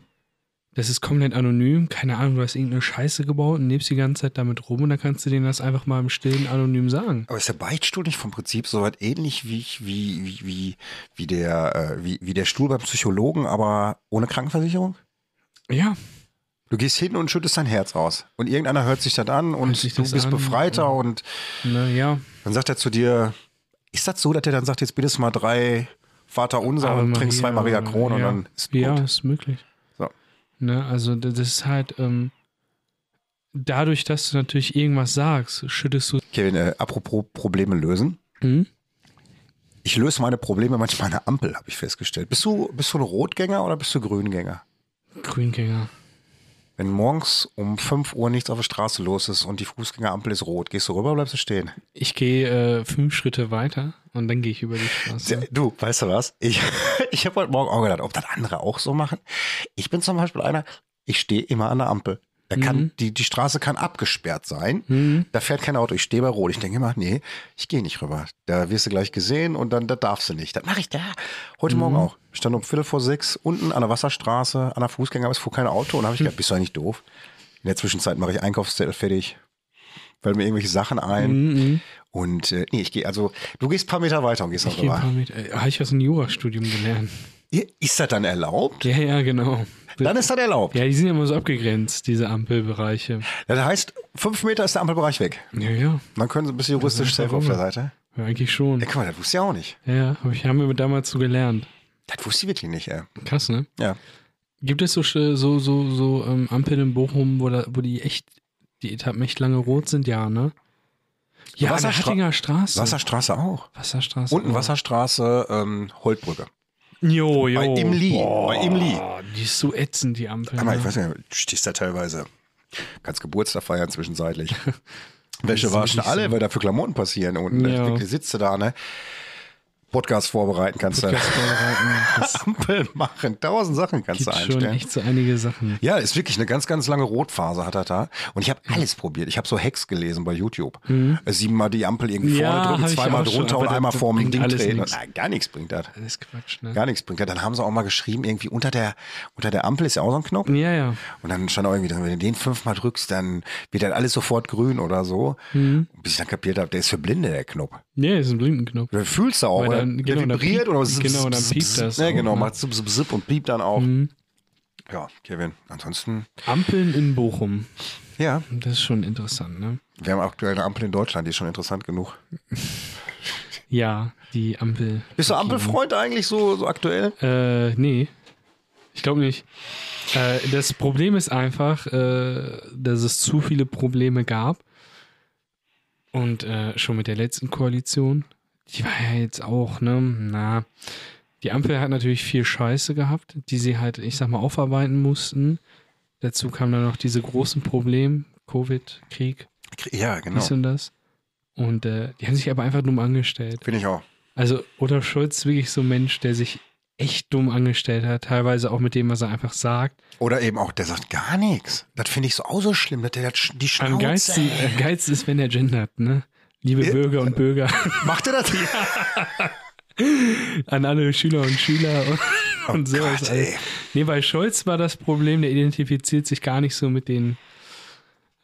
[SPEAKER 3] Das ist komplett anonym, keine Ahnung, du hast irgendeine Scheiße gebaut und lebst die ganze Zeit damit rum und dann kannst du denen das einfach mal im Stillen anonym sagen.
[SPEAKER 2] Aber ist der Beichtstuhl nicht vom Prinzip so weit ähnlich wie, ich- wie, wie, wie, wie, der, äh, wie, wie der Stuhl beim Psychologen, aber ohne Krankenversicherung?
[SPEAKER 3] Ja,
[SPEAKER 2] Du gehst hin und schüttest dein Herz aus. Und irgendeiner hört sich das an
[SPEAKER 3] Hört sich
[SPEAKER 2] und du
[SPEAKER 3] das
[SPEAKER 2] bist
[SPEAKER 3] an,
[SPEAKER 2] befreiter.
[SPEAKER 3] ja.
[SPEAKER 2] Und
[SPEAKER 3] ne, ja.
[SPEAKER 2] dann sagt er zu dir, ist das so, dass er dann sagt, jetzt bittest du mal drei Vater Unser
[SPEAKER 3] Aber
[SPEAKER 2] und Also, trinkst zwei Maria Kron und
[SPEAKER 3] ja.
[SPEAKER 2] dann ist gut.
[SPEAKER 3] Ja, ist möglich.
[SPEAKER 2] So.
[SPEAKER 3] Ne, also d- das ist halt, ähm, dadurch, dass du natürlich irgendwas sagst, schüttest du.
[SPEAKER 2] Kevin, äh, apropos Probleme lösen.
[SPEAKER 3] Hm?
[SPEAKER 2] Ich löse meine Probleme manchmal an der Ampel, habe ich festgestellt. Bist du, bist du ein Rotgänger oder bist du Grüngänger?
[SPEAKER 3] Grüngänger.
[SPEAKER 2] Wenn morgens um 5 Uhr nichts auf der Straße los ist und die Fußgängerampel ist rot, gehst du rüber oder bleibst du stehen?
[SPEAKER 3] Ich gehe äh, fünf Schritte weiter und dann gehe ich über die Straße.
[SPEAKER 2] Du, weißt du was? Ich, ich habe heute Morgen auch gedacht, ob das andere auch so machen. Ich bin zum Beispiel einer, ich stehe immer an der Ampel. Da kann, die, die Straße kann abgesperrt sein.
[SPEAKER 3] Hm,
[SPEAKER 2] Da fährt kein Auto. Ich stehe bei Rot. Ich denke immer, nee, ich gehe nicht rüber. Da wirst du gleich gesehen und dann da darfst du nicht. Das mache ich da. Heute
[SPEAKER 3] Mhm.
[SPEAKER 2] Morgen auch. Ich stand um Viertel vor sechs unten an der Wasserstraße, an der Fußgänger, es fuhr kein Auto und da habe ich
[SPEAKER 3] Hm.
[SPEAKER 2] gedacht, bist du eigentlich doof? In der Zwischenzeit mache ich Einkaufszettel fertig, fällt mir irgendwelche Sachen
[SPEAKER 3] Mhm.
[SPEAKER 2] ein. Und äh, nee, ich gehe, also du gehst ein paar Meter weiter und gehst noch
[SPEAKER 3] hm. Ich gehe ein
[SPEAKER 2] rüber.
[SPEAKER 3] paar Meter- äh, Habe ich aus dem Jurastudium gelernt.
[SPEAKER 2] Ist das dann erlaubt?
[SPEAKER 3] Ja, ja, genau.
[SPEAKER 2] Dann ist das erlaubt.
[SPEAKER 3] Ja, die sind ja immer so abgegrenzt, diese Ampelbereiche.
[SPEAKER 2] Das heißt, fünf Meter ist der Ampelbereich weg.
[SPEAKER 3] Ja, ja,
[SPEAKER 2] Dann können sie ein bisschen juristisch safe auf der Seite.
[SPEAKER 3] ja eigentlich schon.
[SPEAKER 2] Ja, guck mal, das wusste ich auch nicht.
[SPEAKER 3] Ja, Ja, hab ich haben wir damals so gelernt.
[SPEAKER 2] Das wusste ich wirklich nicht, ey.
[SPEAKER 3] Krass, ne?
[SPEAKER 2] Ja.
[SPEAKER 3] Gibt es so sch- so so so ähm, Ampeln in Bochum, wo, da, wo die echt die Etappen echt lange rot sind, ja, ne? Ja, an der
[SPEAKER 2] Wasserstra-
[SPEAKER 3] Hattinger Straße.
[SPEAKER 2] Wasserstraße auch.
[SPEAKER 3] Wasserstraße.
[SPEAKER 2] Unten
[SPEAKER 3] oh.
[SPEAKER 2] Wasserstraße, ähm, Holtbrücke.
[SPEAKER 3] Jo, jo.
[SPEAKER 2] Bei Imli.
[SPEAKER 3] Boah,
[SPEAKER 2] Bei Imli.
[SPEAKER 3] Die ist so ätzend, die Ampel.
[SPEAKER 2] Aber ich
[SPEAKER 3] ne?
[SPEAKER 2] weiß nicht, du stehst da teilweise. Kannst Geburtstag feiern zwischenzeitlich.
[SPEAKER 3] ist
[SPEAKER 2] Wäsche waschen
[SPEAKER 3] wirklich
[SPEAKER 2] alle, weil da für Klamotten passieren. Und
[SPEAKER 3] Ja.
[SPEAKER 2] ja. sitzt du da, ne? Podcast vorbereiten kannst du.
[SPEAKER 3] Podcast vorbereiten, Das
[SPEAKER 2] Ampel machen, tausend Sachen kannst du
[SPEAKER 3] gibt schon
[SPEAKER 2] einstellen.
[SPEAKER 3] echt so einige Sachen.
[SPEAKER 2] Ja, ist wirklich eine ganz, ganz lange Rotphase hat er da. Und ich habe alles probiert. Ich habe so Hacks gelesen bei YouTube. Siebenmal die Ampel irgendwie
[SPEAKER 3] Mhm. Ja,
[SPEAKER 2] vorne
[SPEAKER 3] hab
[SPEAKER 2] drücken,
[SPEAKER 3] ich
[SPEAKER 2] zweimal
[SPEAKER 3] auch schon,
[SPEAKER 2] drunter
[SPEAKER 3] aber
[SPEAKER 2] und
[SPEAKER 3] das-
[SPEAKER 2] einmal
[SPEAKER 3] das
[SPEAKER 2] vorm
[SPEAKER 3] bringt
[SPEAKER 2] Ding
[SPEAKER 3] alles
[SPEAKER 2] drehen.
[SPEAKER 3] nix.
[SPEAKER 2] Na, gar nichts bringt das.
[SPEAKER 3] Alles Quatsch, ne?
[SPEAKER 2] Gar nichts bringt das. Dann haben sie auch mal geschrieben, irgendwie unter der, unter der Ampel ist ja auch so ein Knopf.
[SPEAKER 3] Ja, ja.
[SPEAKER 2] Und dann stand auch irgendwie drin, wenn du den fünfmal drückst, dann wird dann alles sofort grün oder so.
[SPEAKER 3] Mhm.
[SPEAKER 2] Bis ich dann kapiert habe, der ist für Blinde, der Knopf.
[SPEAKER 3] Nee, ist ein Blinkenknopf.
[SPEAKER 2] Du fühlst du auch,
[SPEAKER 3] Weil
[SPEAKER 2] oder?
[SPEAKER 3] dann-
[SPEAKER 2] der
[SPEAKER 3] genau, dann
[SPEAKER 2] vibriert
[SPEAKER 3] piept-
[SPEAKER 2] oder
[SPEAKER 3] genau, dann piept das
[SPEAKER 2] Ja,
[SPEAKER 3] auch,
[SPEAKER 2] genau,
[SPEAKER 3] ne? Mhm.
[SPEAKER 2] macht zip, zip, zip und piept dann auch. Ja, Kevin, ansonsten,
[SPEAKER 3] Ampeln in Bochum.
[SPEAKER 2] ja,
[SPEAKER 3] Das ist schon interessant, ne?
[SPEAKER 2] wir haben aktuell eine Ampel in Deutschland, die ist schon interessant genug.
[SPEAKER 3] Ja, die Ampel.
[SPEAKER 2] Bist du Ampelfreund eigentlich so, so aktuell?
[SPEAKER 3] Äh, nee. Ich glaube nicht. Äh, das Problem ist einfach, äh, dass es zu viele Probleme gab. Und äh, schon mit der letzten Koalition. Die war ja jetzt auch, ne? Na. Die Ampel hat natürlich viel Scheiße gehabt, die sie halt, ich sag mal, aufarbeiten mussten. Dazu kamen dann noch diese großen Probleme: Covid, Krieg,
[SPEAKER 2] Ja, genau.
[SPEAKER 3] dies und das. Und äh, die haben sich aber einfach dumm angestellt.
[SPEAKER 2] Finde ich auch.
[SPEAKER 3] Also Olaf Scholz ist wirklich so ein Mensch, der sich echt dumm angestellt hat, teilweise auch mit dem, was er einfach sagt.
[SPEAKER 2] Oder eben auch, der sagt gar nichts. Das finde ich so auch so schlimm, dass der das, sch- die
[SPEAKER 3] Am
[SPEAKER 2] Schnauze.
[SPEAKER 3] geilsten, am geilsten ist, wenn er gendert, ne? Liebe
[SPEAKER 2] Ja.
[SPEAKER 3] Bürger und Bürger,
[SPEAKER 2] Macht er das?
[SPEAKER 3] an alle Schüler und Schüler und, und
[SPEAKER 2] Oh
[SPEAKER 3] sowas.
[SPEAKER 2] Gott,
[SPEAKER 3] alles.
[SPEAKER 2] ey.
[SPEAKER 3] nee, bei Scholz war das Problem, der identifiziert sich gar nicht so mit den,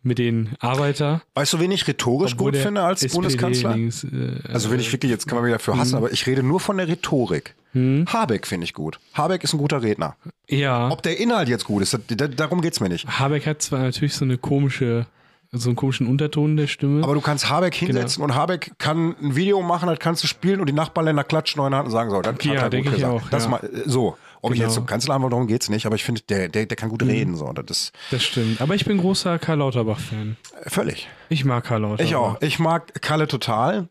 [SPEAKER 3] mit den Arbeiter.
[SPEAKER 2] Weißt du, wen ich rhetorisch
[SPEAKER 3] obwohl
[SPEAKER 2] gut
[SPEAKER 3] der
[SPEAKER 2] finde als
[SPEAKER 3] SPD
[SPEAKER 2] Bundeskanzler?
[SPEAKER 3] links, hm. äh,
[SPEAKER 2] Also wenn ich wirklich, jetzt kann man wieder dafür hassen, aber ich rede nur von der Rhetorik.
[SPEAKER 3] Hm.
[SPEAKER 2] Habeck finde ich gut. Habeck ist ein guter Redner.
[SPEAKER 3] ja.
[SPEAKER 2] Ob der Inhalt jetzt gut ist, das, da, darum geht's mir nicht.
[SPEAKER 3] Habeck hat zwar natürlich so eine komische, so einen komischen Unterton der Stimme.
[SPEAKER 2] Aber du kannst Habeck
[SPEAKER 3] Genau.
[SPEAKER 2] hinsetzen und Habeck kann ein Video machen, das kannst du spielen und die Nachbarländer klatschen neun Hand und sagen, so, dann
[SPEAKER 3] Ja,
[SPEAKER 2] hat er
[SPEAKER 3] denke
[SPEAKER 2] gut
[SPEAKER 3] ich
[SPEAKER 2] gesagt.
[SPEAKER 3] auch,
[SPEAKER 2] das
[SPEAKER 3] ja.
[SPEAKER 2] mal, äh, so. Ob ich
[SPEAKER 3] Genau. Hm.
[SPEAKER 2] jetzt zum Kanzleramt war, darum geht's nicht, aber ich finde, der, der, der kann gut reden. So. Das ist
[SPEAKER 3] das stimmt. Aber ich bin großer Karl Lauterbach-Fan.
[SPEAKER 2] äh, völlig.
[SPEAKER 3] Ich mag Karl Lauterbach.
[SPEAKER 2] Ich auch. Ich mag Kalle total.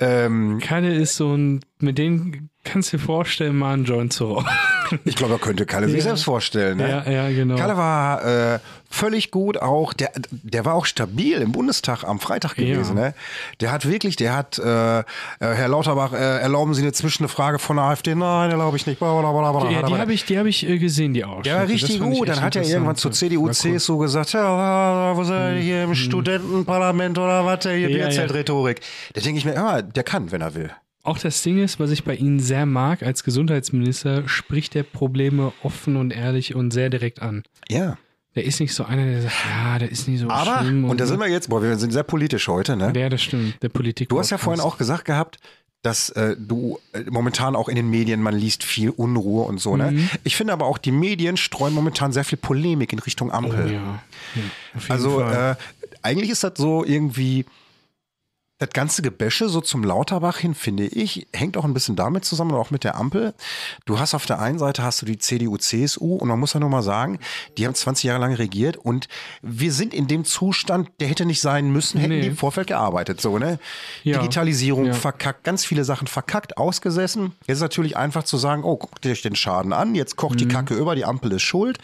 [SPEAKER 2] Ähm,
[SPEAKER 3] Kalle ist so ein, mit denen kannst du dir vorstellen, mal einen Joint zu rauchen.
[SPEAKER 2] ich glaube, er könnte Kalle sich selbst vorstellen. Ne?
[SPEAKER 3] Ja, ja, genau.
[SPEAKER 2] Kalle war äh, völlig gut auch, der, der war auch stabil im Bundestag am Freitag gewesen. Ne? Der hat wirklich, der hat, äh, äh, Herr Lauterbach, äh, erlauben Sie eine Zwischenfrage von der AfD? Nein, erlaube ich nicht. Blablabla.
[SPEAKER 3] ja, die habe ich, die hab ich äh, gesehen, die auch.
[SPEAKER 2] der war richtig gut. Dann hat er irgendwann zur CDU, CSU gesagt, ja, wo seid ihr hier im Studentenparlament oder was, der hier
[SPEAKER 3] Hm. Ja, ja.
[SPEAKER 2] Bierzelt-Rhetorik. Da denke ich mir, ja, der kann, wenn er will.
[SPEAKER 3] Auch das Ding ist, was ich bei Ihnen sehr mag, als Gesundheitsminister spricht er Probleme offen und ehrlich und sehr direkt an.
[SPEAKER 2] Ja.
[SPEAKER 3] Der ist nicht so einer, der sagt, ja, der ist nicht so
[SPEAKER 2] Aber,
[SPEAKER 3] schlimm.
[SPEAKER 2] und da sind wir jetzt, boah, wir sind sehr politisch heute, ne?
[SPEAKER 3] Ja, das stimmt. Der Politik.
[SPEAKER 2] Du hast ja vorhin auch gesagt gehabt, dass äh, du äh, momentan auch in den Medien, man liest viel Unruhe und so. Ne? Ich finde aber auch, die Medien streuen momentan sehr viel Polemik in Richtung
[SPEAKER 3] Oh Ja.
[SPEAKER 2] Ampel.
[SPEAKER 3] ja auf jeden
[SPEAKER 2] also
[SPEAKER 3] Fall.
[SPEAKER 2] äh, eigentlich ist das so irgendwie, das ganze Gebäsche so zum Lauterbach hin, finde ich, hängt auch ein bisschen damit zusammen, und auch mit der Ampel. Du hast auf der einen Seite hast du die CDU, CSU und man muss ja nur mal sagen, die haben 20 Jahre lang regiert und wir sind in dem Zustand, der hätte nicht sein müssen, hätten
[SPEAKER 3] Nee.
[SPEAKER 2] die im Vorfeld gearbeitet. So, ne?
[SPEAKER 3] Ja.
[SPEAKER 2] Digitalisierung
[SPEAKER 3] Ja.
[SPEAKER 2] verkackt, ganz viele Sachen verkackt, ausgesessen. Jetzt ist natürlich einfach zu sagen, oh, guckt euch den Schaden an, jetzt kocht
[SPEAKER 3] Mhm.
[SPEAKER 2] die Kacke über, die Ampel ist schuld.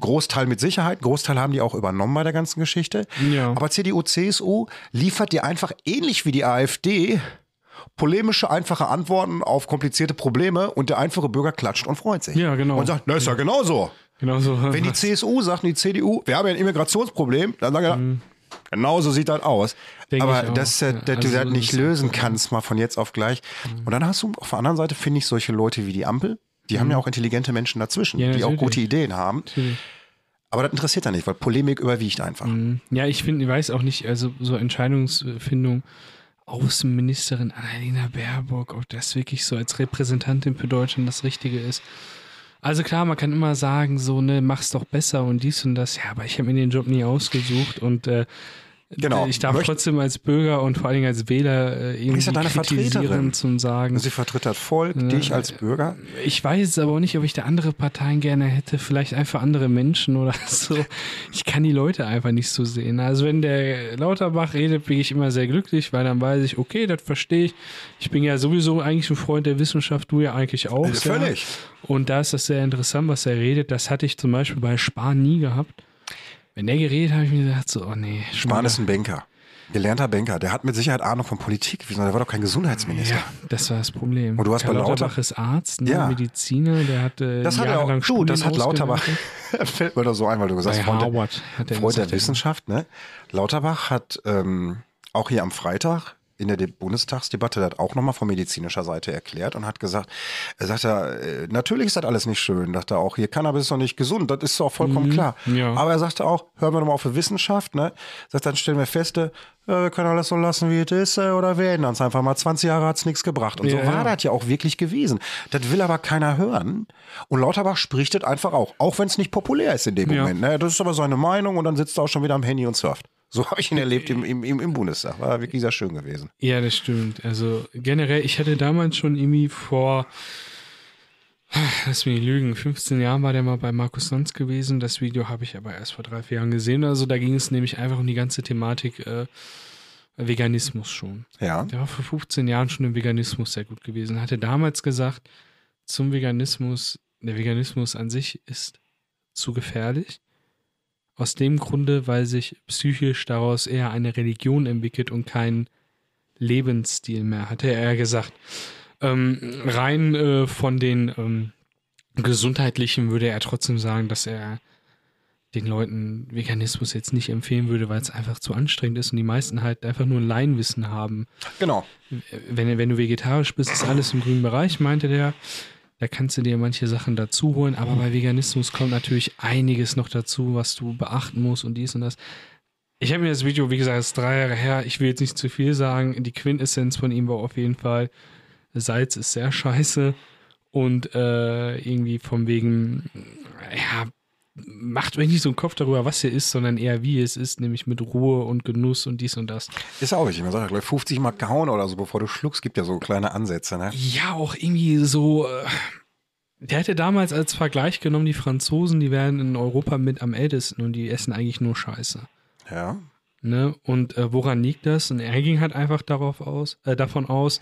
[SPEAKER 2] Großteil mit Sicherheit, Großteil haben die auch übernommen bei der ganzen Geschichte.
[SPEAKER 3] Ja.
[SPEAKER 2] Aber CDU, CSU liefert dir einfach ähnlich wie die AfD polemische, einfache Antworten auf komplizierte Probleme und der einfache Bürger klatscht und freut sich.
[SPEAKER 3] Ja, genau.
[SPEAKER 2] Und sagt, na ist ja genauso.
[SPEAKER 3] Genau so.
[SPEAKER 2] Wenn die CSU sagt, und die CDU, wir haben ja ein Immigrationsproblem, dann sagen wir, genau so sieht das aus.
[SPEAKER 3] Mhm. Denk
[SPEAKER 2] Aber
[SPEAKER 3] ich auch.
[SPEAKER 2] dass, äh,
[SPEAKER 3] Ja, Mhm.
[SPEAKER 2] dass
[SPEAKER 3] also
[SPEAKER 2] du das nicht
[SPEAKER 3] ist-
[SPEAKER 2] lösen kannst, mal von jetzt auf gleich. Und dann hast du auf der anderen Seite, finde ich, solche Leute wie die Ampel, die haben ja auch intelligente Menschen dazwischen,
[SPEAKER 3] Mhm. Ja,
[SPEAKER 2] die auch
[SPEAKER 3] natürlich.
[SPEAKER 2] gute Ideen haben.
[SPEAKER 3] Natürlich.
[SPEAKER 2] Aber das interessiert da nicht, weil Polemik überwiegt einfach.
[SPEAKER 3] Mhm. Ja, ich finde, ich weiß auch nicht, also so Entscheidungsfindung, Außenministerin Annalena Baerbock, ob das wirklich so als Repräsentantin für Deutschland das Richtige ist. Also klar, man kann immer sagen, so, ne, mach's doch besser und dies und das, ja, aber ich habe mir den Job nie ausgesucht und äh,
[SPEAKER 2] Genau.
[SPEAKER 3] ich darf
[SPEAKER 2] Möcht-
[SPEAKER 3] trotzdem als Bürger und vor allen Dingen als Wähler äh, irgendwie
[SPEAKER 2] ja deine
[SPEAKER 3] kritisieren
[SPEAKER 2] Vertreterin. Also
[SPEAKER 3] zum Sagen.
[SPEAKER 2] Sie vertritt das Volk, dich als Bürger.
[SPEAKER 3] Ich weiß es aber auch nicht, ob ich da andere Parteien gerne hätte, vielleicht einfach andere Menschen oder so. Ich kann die Leute einfach nicht so sehen. Also wenn der Lauterbach redet, bin ich immer sehr glücklich, weil dann weiß ich, okay, das verstehe ich. Ich bin ja sowieso eigentlich ein Freund der Wissenschaft, du ja eigentlich auch.
[SPEAKER 2] Äh, völlig.
[SPEAKER 3] Ja. Und da ist das sehr interessant, was er redet. Das hatte ich zum Beispiel bei Spahn nie gehabt. Wenn der geredet, hat, habe ich mir gedacht, so, oh nee.
[SPEAKER 2] Spahn ist ein Banker. Gelernter Banker. Der hat mit Sicherheit Ahnung von Politik. Wieso? Der war doch kein Gesundheitsminister.
[SPEAKER 3] Ja, das war das Problem.
[SPEAKER 2] Und du hast
[SPEAKER 3] Karl
[SPEAKER 2] bei Lauter-
[SPEAKER 3] Lauterbach ist Arzt, ne?
[SPEAKER 2] Ja.
[SPEAKER 3] Mediziner, der hat äh,
[SPEAKER 2] Das hat er
[SPEAKER 3] jahrelang
[SPEAKER 2] auch. Du, das hat
[SPEAKER 3] Studien
[SPEAKER 2] Lauterbach.
[SPEAKER 3] ausgewertet.
[SPEAKER 2] Fällt mir doch so ein, weil du gesagt
[SPEAKER 3] Bei
[SPEAKER 2] hast, Freund
[SPEAKER 3] Harvard hat
[SPEAKER 2] der,
[SPEAKER 3] er
[SPEAKER 2] Freund
[SPEAKER 3] gesagt,
[SPEAKER 2] der
[SPEAKER 3] ja.
[SPEAKER 2] Wissenschaft. Ne? Lauterbach hat ähm, auch hier am Freitag in der De Bundestagsdebatte das auch nochmal von medizinischer Seite erklärt und hat gesagt, er sagt ja, äh, natürlich ist das alles nicht schön, sagt er auch, hier Cannabis ist doch nicht gesund, das ist doch vollkommen klar.
[SPEAKER 3] Mhm, ja.
[SPEAKER 2] Aber er sagte auch, hören wir nochmal auf die Wissenschaft, ne? Sagt, dann stellen wir fest, äh, wir können alles so lassen, wie es ist, äh, oder wir ändern es einfach mal. 20 Jahre hat es nichts gebracht. Und so
[SPEAKER 3] Ja,
[SPEAKER 2] war
[SPEAKER 3] ja.
[SPEAKER 2] das ja auch wirklich gewesen. Das will aber keiner hören. Und Lauterbach spricht das einfach auch, auch wenn es nicht populär ist in dem
[SPEAKER 3] Ja.
[SPEAKER 2] Moment. Ne? Das ist aber seine Meinung und dann sitzt er auch schon wieder am Handy und surft. So habe ich ihn erlebt im, im, im, im Bundestag. War wirklich sehr schön gewesen.
[SPEAKER 3] Ja, das stimmt. Also generell, ich hatte damals schon irgendwie vor, lass mich nicht lügen, 15 Jahren war der mal bei Markus Lanz gewesen. Das Video habe ich aber erst vor drei, vier Jahren gesehen. Also da ging es nämlich einfach um die ganze Thematik äh, Veganismus schon.
[SPEAKER 2] Ja.
[SPEAKER 3] Der war vor 15 Jahren schon im Veganismus sehr gut gewesen. Hatte damals gesagt, zum Veganismus, der Veganismus an sich ist zu gefährlich. Aus dem Grunde, weil sich psychisch daraus eher eine Religion entwickelt und kein Lebensstil mehr, hatte er gesagt. Ähm, rein äh, von den ähm, gesundheitlichen würde er trotzdem sagen, dass er den Leuten Veganismus jetzt nicht empfehlen würde, weil es einfach zu anstrengend ist und die meisten halt einfach nur ein Laienwissen haben
[SPEAKER 2] Genau.
[SPEAKER 3] wenn, wenn du vegetarisch bist, ist alles im grünen Bereich, meinte der. Da kannst du dir manche Sachen dazu holen, aber bei Veganismus kommt natürlich einiges noch dazu, was du beachten musst und dies und das. Ich habe mir das Video, wie gesagt, ist drei Jahre her. Ich will jetzt nicht zu viel sagen. Die Quintessenz von ihm war auf jeden Fall, Salz ist sehr scheiße und äh, irgendwie von wegen, ja, macht euch nicht so einen Kopf darüber, was ihr isst, sondern eher wie es ist, nämlich mit Ruhe und Genuss und dies und das.
[SPEAKER 2] Ist auch wichtig. Man sagt ja gleich 50 Mal kauen oder so, bevor du schluckst, gibt ja so kleine Ansätze. Ne?
[SPEAKER 3] Ja, auch irgendwie so. äh, Der hätte damals als Vergleich genommen, die Franzosen, die wären in Europa mit am ältesten und die essen eigentlich nur Scheiße.
[SPEAKER 2] Ja.
[SPEAKER 3] Ne? Und äh, woran liegt das? Und er ging halt einfach darauf aus, äh, davon aus,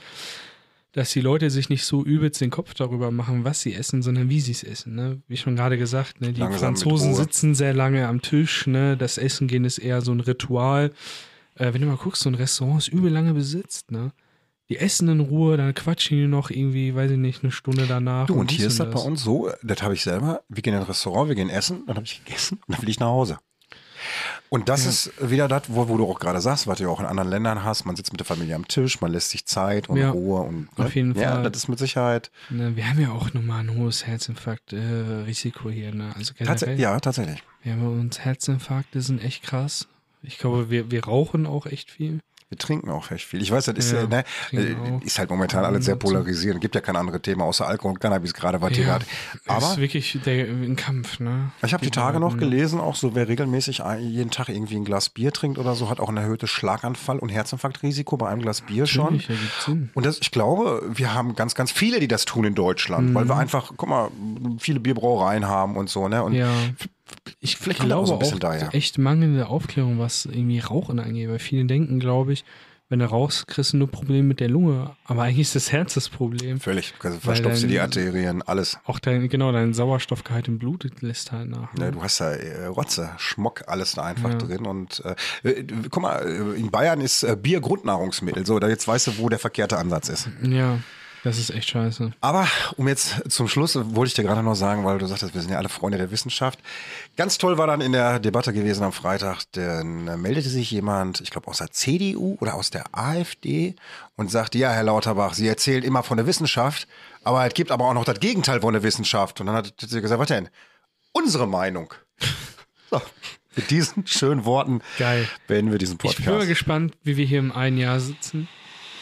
[SPEAKER 3] dass die Leute sich nicht so übelst den Kopf darüber machen, was sie essen, sondern wie sie es essen. Ne? Wie schon gerade gesagt, ne? die
[SPEAKER 2] Langsam mit
[SPEAKER 3] Franzosen
[SPEAKER 2] Ruhe.
[SPEAKER 3] sitzen sehr lange am Tisch. Ne? Das Essen gehen ist eher so ein Ritual. Äh, wenn du mal guckst, so ein Restaurant ist übel lange besetzt. Ne? Die essen in Ruhe, dann quatschen die noch irgendwie, weiß ich nicht, eine Stunde danach.
[SPEAKER 2] Du, und
[SPEAKER 3] dies
[SPEAKER 2] hier ist das bei
[SPEAKER 3] das.
[SPEAKER 2] uns so, das habe ich selber, wir gehen in ein Restaurant, wir gehen essen, dann habe ich gegessen und dann will ich nach Hause. Und das ist wieder das, wo, wo du auch gerade sagst, was du auch in anderen Ländern hast, man sitzt mit der Familie am Tisch, man lässt sich Zeit und
[SPEAKER 3] Ja,
[SPEAKER 2] Ruhe und ne?
[SPEAKER 3] auf jeden
[SPEAKER 2] ja,
[SPEAKER 3] Fall.
[SPEAKER 2] das ist mit Sicherheit.
[SPEAKER 3] Ne? Wir haben ja auch nochmal ein hohes Herzinfarkt-Risiko hier. Ne? Also
[SPEAKER 2] Tats
[SPEAKER 3] generell.
[SPEAKER 2] ja, tatsächlich.
[SPEAKER 3] Ja, bei uns Herzinfarkte sind echt krass. Ich glaube, wir, wir rauchen auch echt viel.
[SPEAKER 2] Wir trinken auch echt viel. Ich weiß, das ist,
[SPEAKER 3] Ja,
[SPEAKER 2] ja, ne,
[SPEAKER 3] trinken auch.
[SPEAKER 2] äh, ist halt momentan alles sehr
[SPEAKER 3] Dazu.
[SPEAKER 2] polarisierend. Gibt ja kein anderes Thema außer Alkohol und Cannabis gerade, was die
[SPEAKER 3] Ja,
[SPEAKER 2] gerade. Aber
[SPEAKER 3] ist wirklich der, ein Kampf, ne?
[SPEAKER 2] Ich habe die
[SPEAKER 3] beiden,
[SPEAKER 2] Tage noch
[SPEAKER 3] ne?
[SPEAKER 2] gelesen, auch so wer regelmäßig ein- jeden Tag irgendwie ein Glas Bier trinkt oder so, hat auch ein erhöhtes Schlaganfall und Herzinfarktrisiko bei einem Glas Bier schon.
[SPEAKER 3] Natürlich, ergibt Sinn.
[SPEAKER 2] Und das, ich glaube, wir haben ganz, ganz viele, die das tun in Deutschland, weil
[SPEAKER 3] Mhm.
[SPEAKER 2] wir einfach, guck mal, viele Bierbrauereien haben und so, ne? Und
[SPEAKER 3] Ja.
[SPEAKER 2] ich,
[SPEAKER 3] Ich
[SPEAKER 2] vielleicht kommt das
[SPEAKER 3] glaube
[SPEAKER 2] auch so ein
[SPEAKER 3] auch,
[SPEAKER 2] bisschen daher.
[SPEAKER 3] echt mangelnde Aufklärung, was irgendwie Rauchen angeht. Weil viele denken, glaube ich, wenn du rauchst, kriegst du nur Probleme mit der Lunge. Aber eigentlich ist das Herz das Problem.
[SPEAKER 2] Völlig. Also verstopfst dir
[SPEAKER 3] dein-
[SPEAKER 2] die Arterien, alles.
[SPEAKER 3] Auch dein, genau, dein Sauerstoffgehalt im Blut lässt halt nach.
[SPEAKER 2] Ne,
[SPEAKER 3] Ne?
[SPEAKER 2] du hast da äh, Rotze, Schmock, alles da einfach
[SPEAKER 3] Ja.
[SPEAKER 2] drin. Und äh, äh, guck mal, äh, in Bayern ist äh, Bier Grundnahrungsmittel. So, da jetzt weißt du, wo der verkehrte Ansatz ist.
[SPEAKER 3] Ja. Das ist echt scheiße.
[SPEAKER 2] Aber um jetzt zum Schluss, äh, wollte ich dir gerade noch sagen, weil du sagtest, wir sind ja alle Freunde der Wissenschaft. Ganz toll war dann in der Debatte gewesen am Freitag, denn äh, meldete sich jemand, ich glaube aus der CDU oder aus der AfD und sagte, ja, Herr Lauterbach, Sie erzählen immer von der Wissenschaft, aber es gibt aber auch noch das Gegenteil von der Wissenschaft. Und dann hat sie gesagt, was denn? Unsere Meinung. So, mit diesen schönen Worten
[SPEAKER 3] Geil.
[SPEAKER 2] beenden wir diesen
[SPEAKER 3] Ich bin mal
[SPEAKER 2] Podcast.
[SPEAKER 3] gespannt, wie wir hier im einen Jahr sitzen,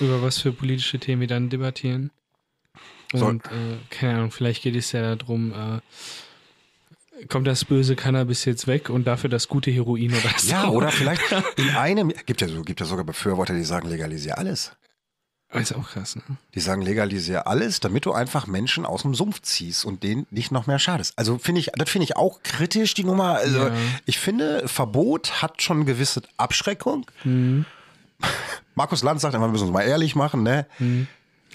[SPEAKER 3] über was für politische Themen wir dann debattieren.
[SPEAKER 2] So.
[SPEAKER 3] Und äh, keine Ahnung, vielleicht geht es ja darum, äh, kommt das böse Cannabis jetzt weg und dafür das gute Heroin oder so.
[SPEAKER 2] Ja, oder vielleicht in einem, gibt ja, so- gibt ja sogar Befürworter, die sagen, legalisier alles.
[SPEAKER 3] Ist auch krass, ne?
[SPEAKER 2] Die sagen, legalisier alles, damit du einfach Menschen aus dem Sumpf ziehst und denen nicht noch mehr schadest. Also finde ich, das finde ich auch kritisch, die Nummer. Also
[SPEAKER 3] Ja.
[SPEAKER 2] ich finde, Verbot hat schon gewisse Abschreckung.
[SPEAKER 3] Mhm.
[SPEAKER 2] Markus Land sagt immer, wir müssen uns mal ehrlich machen, ne?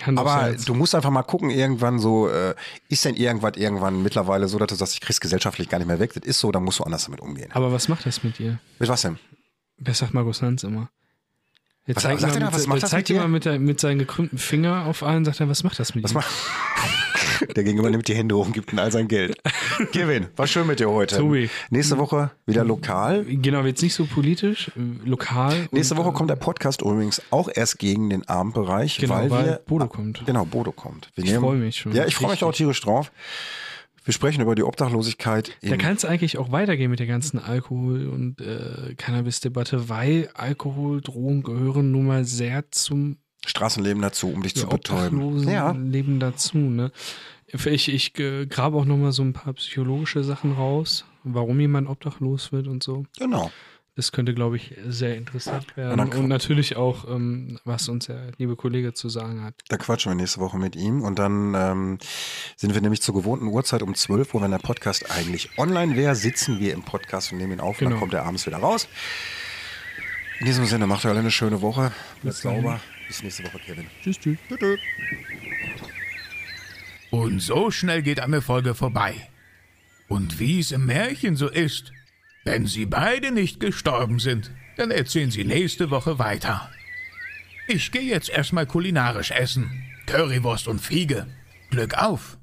[SPEAKER 3] Hand aufs
[SPEAKER 2] Aber
[SPEAKER 3] Herz.
[SPEAKER 2] du musst einfach mal gucken, irgendwann so, äh, ist denn irgendwas irgendwann mittlerweile so, dass du sagst, ich krieg's gesellschaftlich gar nicht mehr weg, das ist so, dann musst du anders damit umgehen.
[SPEAKER 3] Aber was macht das mit dir?
[SPEAKER 2] Mit was denn?
[SPEAKER 3] Das sagt Markus Lanz immer. Er
[SPEAKER 2] Was-
[SPEAKER 3] zeigt
[SPEAKER 2] sagt
[SPEAKER 3] immer
[SPEAKER 2] er da,
[SPEAKER 3] mit,
[SPEAKER 2] was macht
[SPEAKER 3] er
[SPEAKER 2] das
[SPEAKER 3] zeigt
[SPEAKER 2] mit dir?
[SPEAKER 3] immer mit, der- mit seinen gekrümmten Finger auf allen, sagt er, was macht das mit dir?
[SPEAKER 2] Der Gegenüber nimmt die Hände hoch und gibt ihm all sein Geld. Kevin, war schön mit dir heute.
[SPEAKER 3] Tobi.
[SPEAKER 2] Nächste Woche wieder lokal.
[SPEAKER 3] Genau, jetzt nicht so politisch, äh, lokal.
[SPEAKER 2] Nächste
[SPEAKER 3] und, ähm, äh,
[SPEAKER 2] Woche kommt der Podcast übrigens auch erst gegen den Abendbereich,
[SPEAKER 3] Genau,
[SPEAKER 2] weil,
[SPEAKER 3] weil
[SPEAKER 2] wir,
[SPEAKER 3] Bodo kommt.
[SPEAKER 2] Genau, Bodo kommt. Wir
[SPEAKER 3] Ich freu mich schon.
[SPEAKER 2] Ja, ich freue mich
[SPEAKER 3] Richtig.
[SPEAKER 2] auch tierisch drauf. Wir sprechen über die Obdachlosigkeit
[SPEAKER 3] Da
[SPEAKER 2] in
[SPEAKER 3] kann es eigentlich auch weitergehen mit der ganzen Alkohol- und äh, Cannabis-Debatte, weil Alkohol, Drogen gehören nun mal sehr zum
[SPEAKER 2] Straßenleben dazu, um dich zu betäuben.
[SPEAKER 3] obdachlosen
[SPEAKER 2] Ja,
[SPEAKER 3] Leben dazu. Ne? Ich, ich äh, grabe auch nochmal so ein paar psychologische Sachen raus, warum jemand obdachlos wird und so.
[SPEAKER 2] genau.
[SPEAKER 3] Das könnte, glaube ich, sehr interessant
[SPEAKER 2] Und
[SPEAKER 3] werden.
[SPEAKER 2] dann-
[SPEAKER 3] Und, natürlich auch, ähm, was uns der liebe Kollege zu sagen hat.
[SPEAKER 2] Da quatschen wir nächste Woche mit ihm und dann ähm, sind wir nämlich zur gewohnten Uhrzeit um 12 Uhr, wenn der Podcast eigentlich online wäre, sitzen wir im Podcast und nehmen ihn auf und dann
[SPEAKER 3] Genau.
[SPEAKER 2] kommt er abends wieder raus. In diesem Sinne, macht ihr alle eine schöne Woche. Bleibt sauber. Bis nächste Woche, Kevin.
[SPEAKER 3] Tschüss, tschüss.
[SPEAKER 1] Und so schnell geht eine Folge vorbei. Und wie es im Märchen so ist, wenn sie beide nicht gestorben sind, dann erzählen sie nächste Woche weiter. Ich gehe jetzt erstmal kulinarisch essen. Currywurst und Fiege. Glück auf!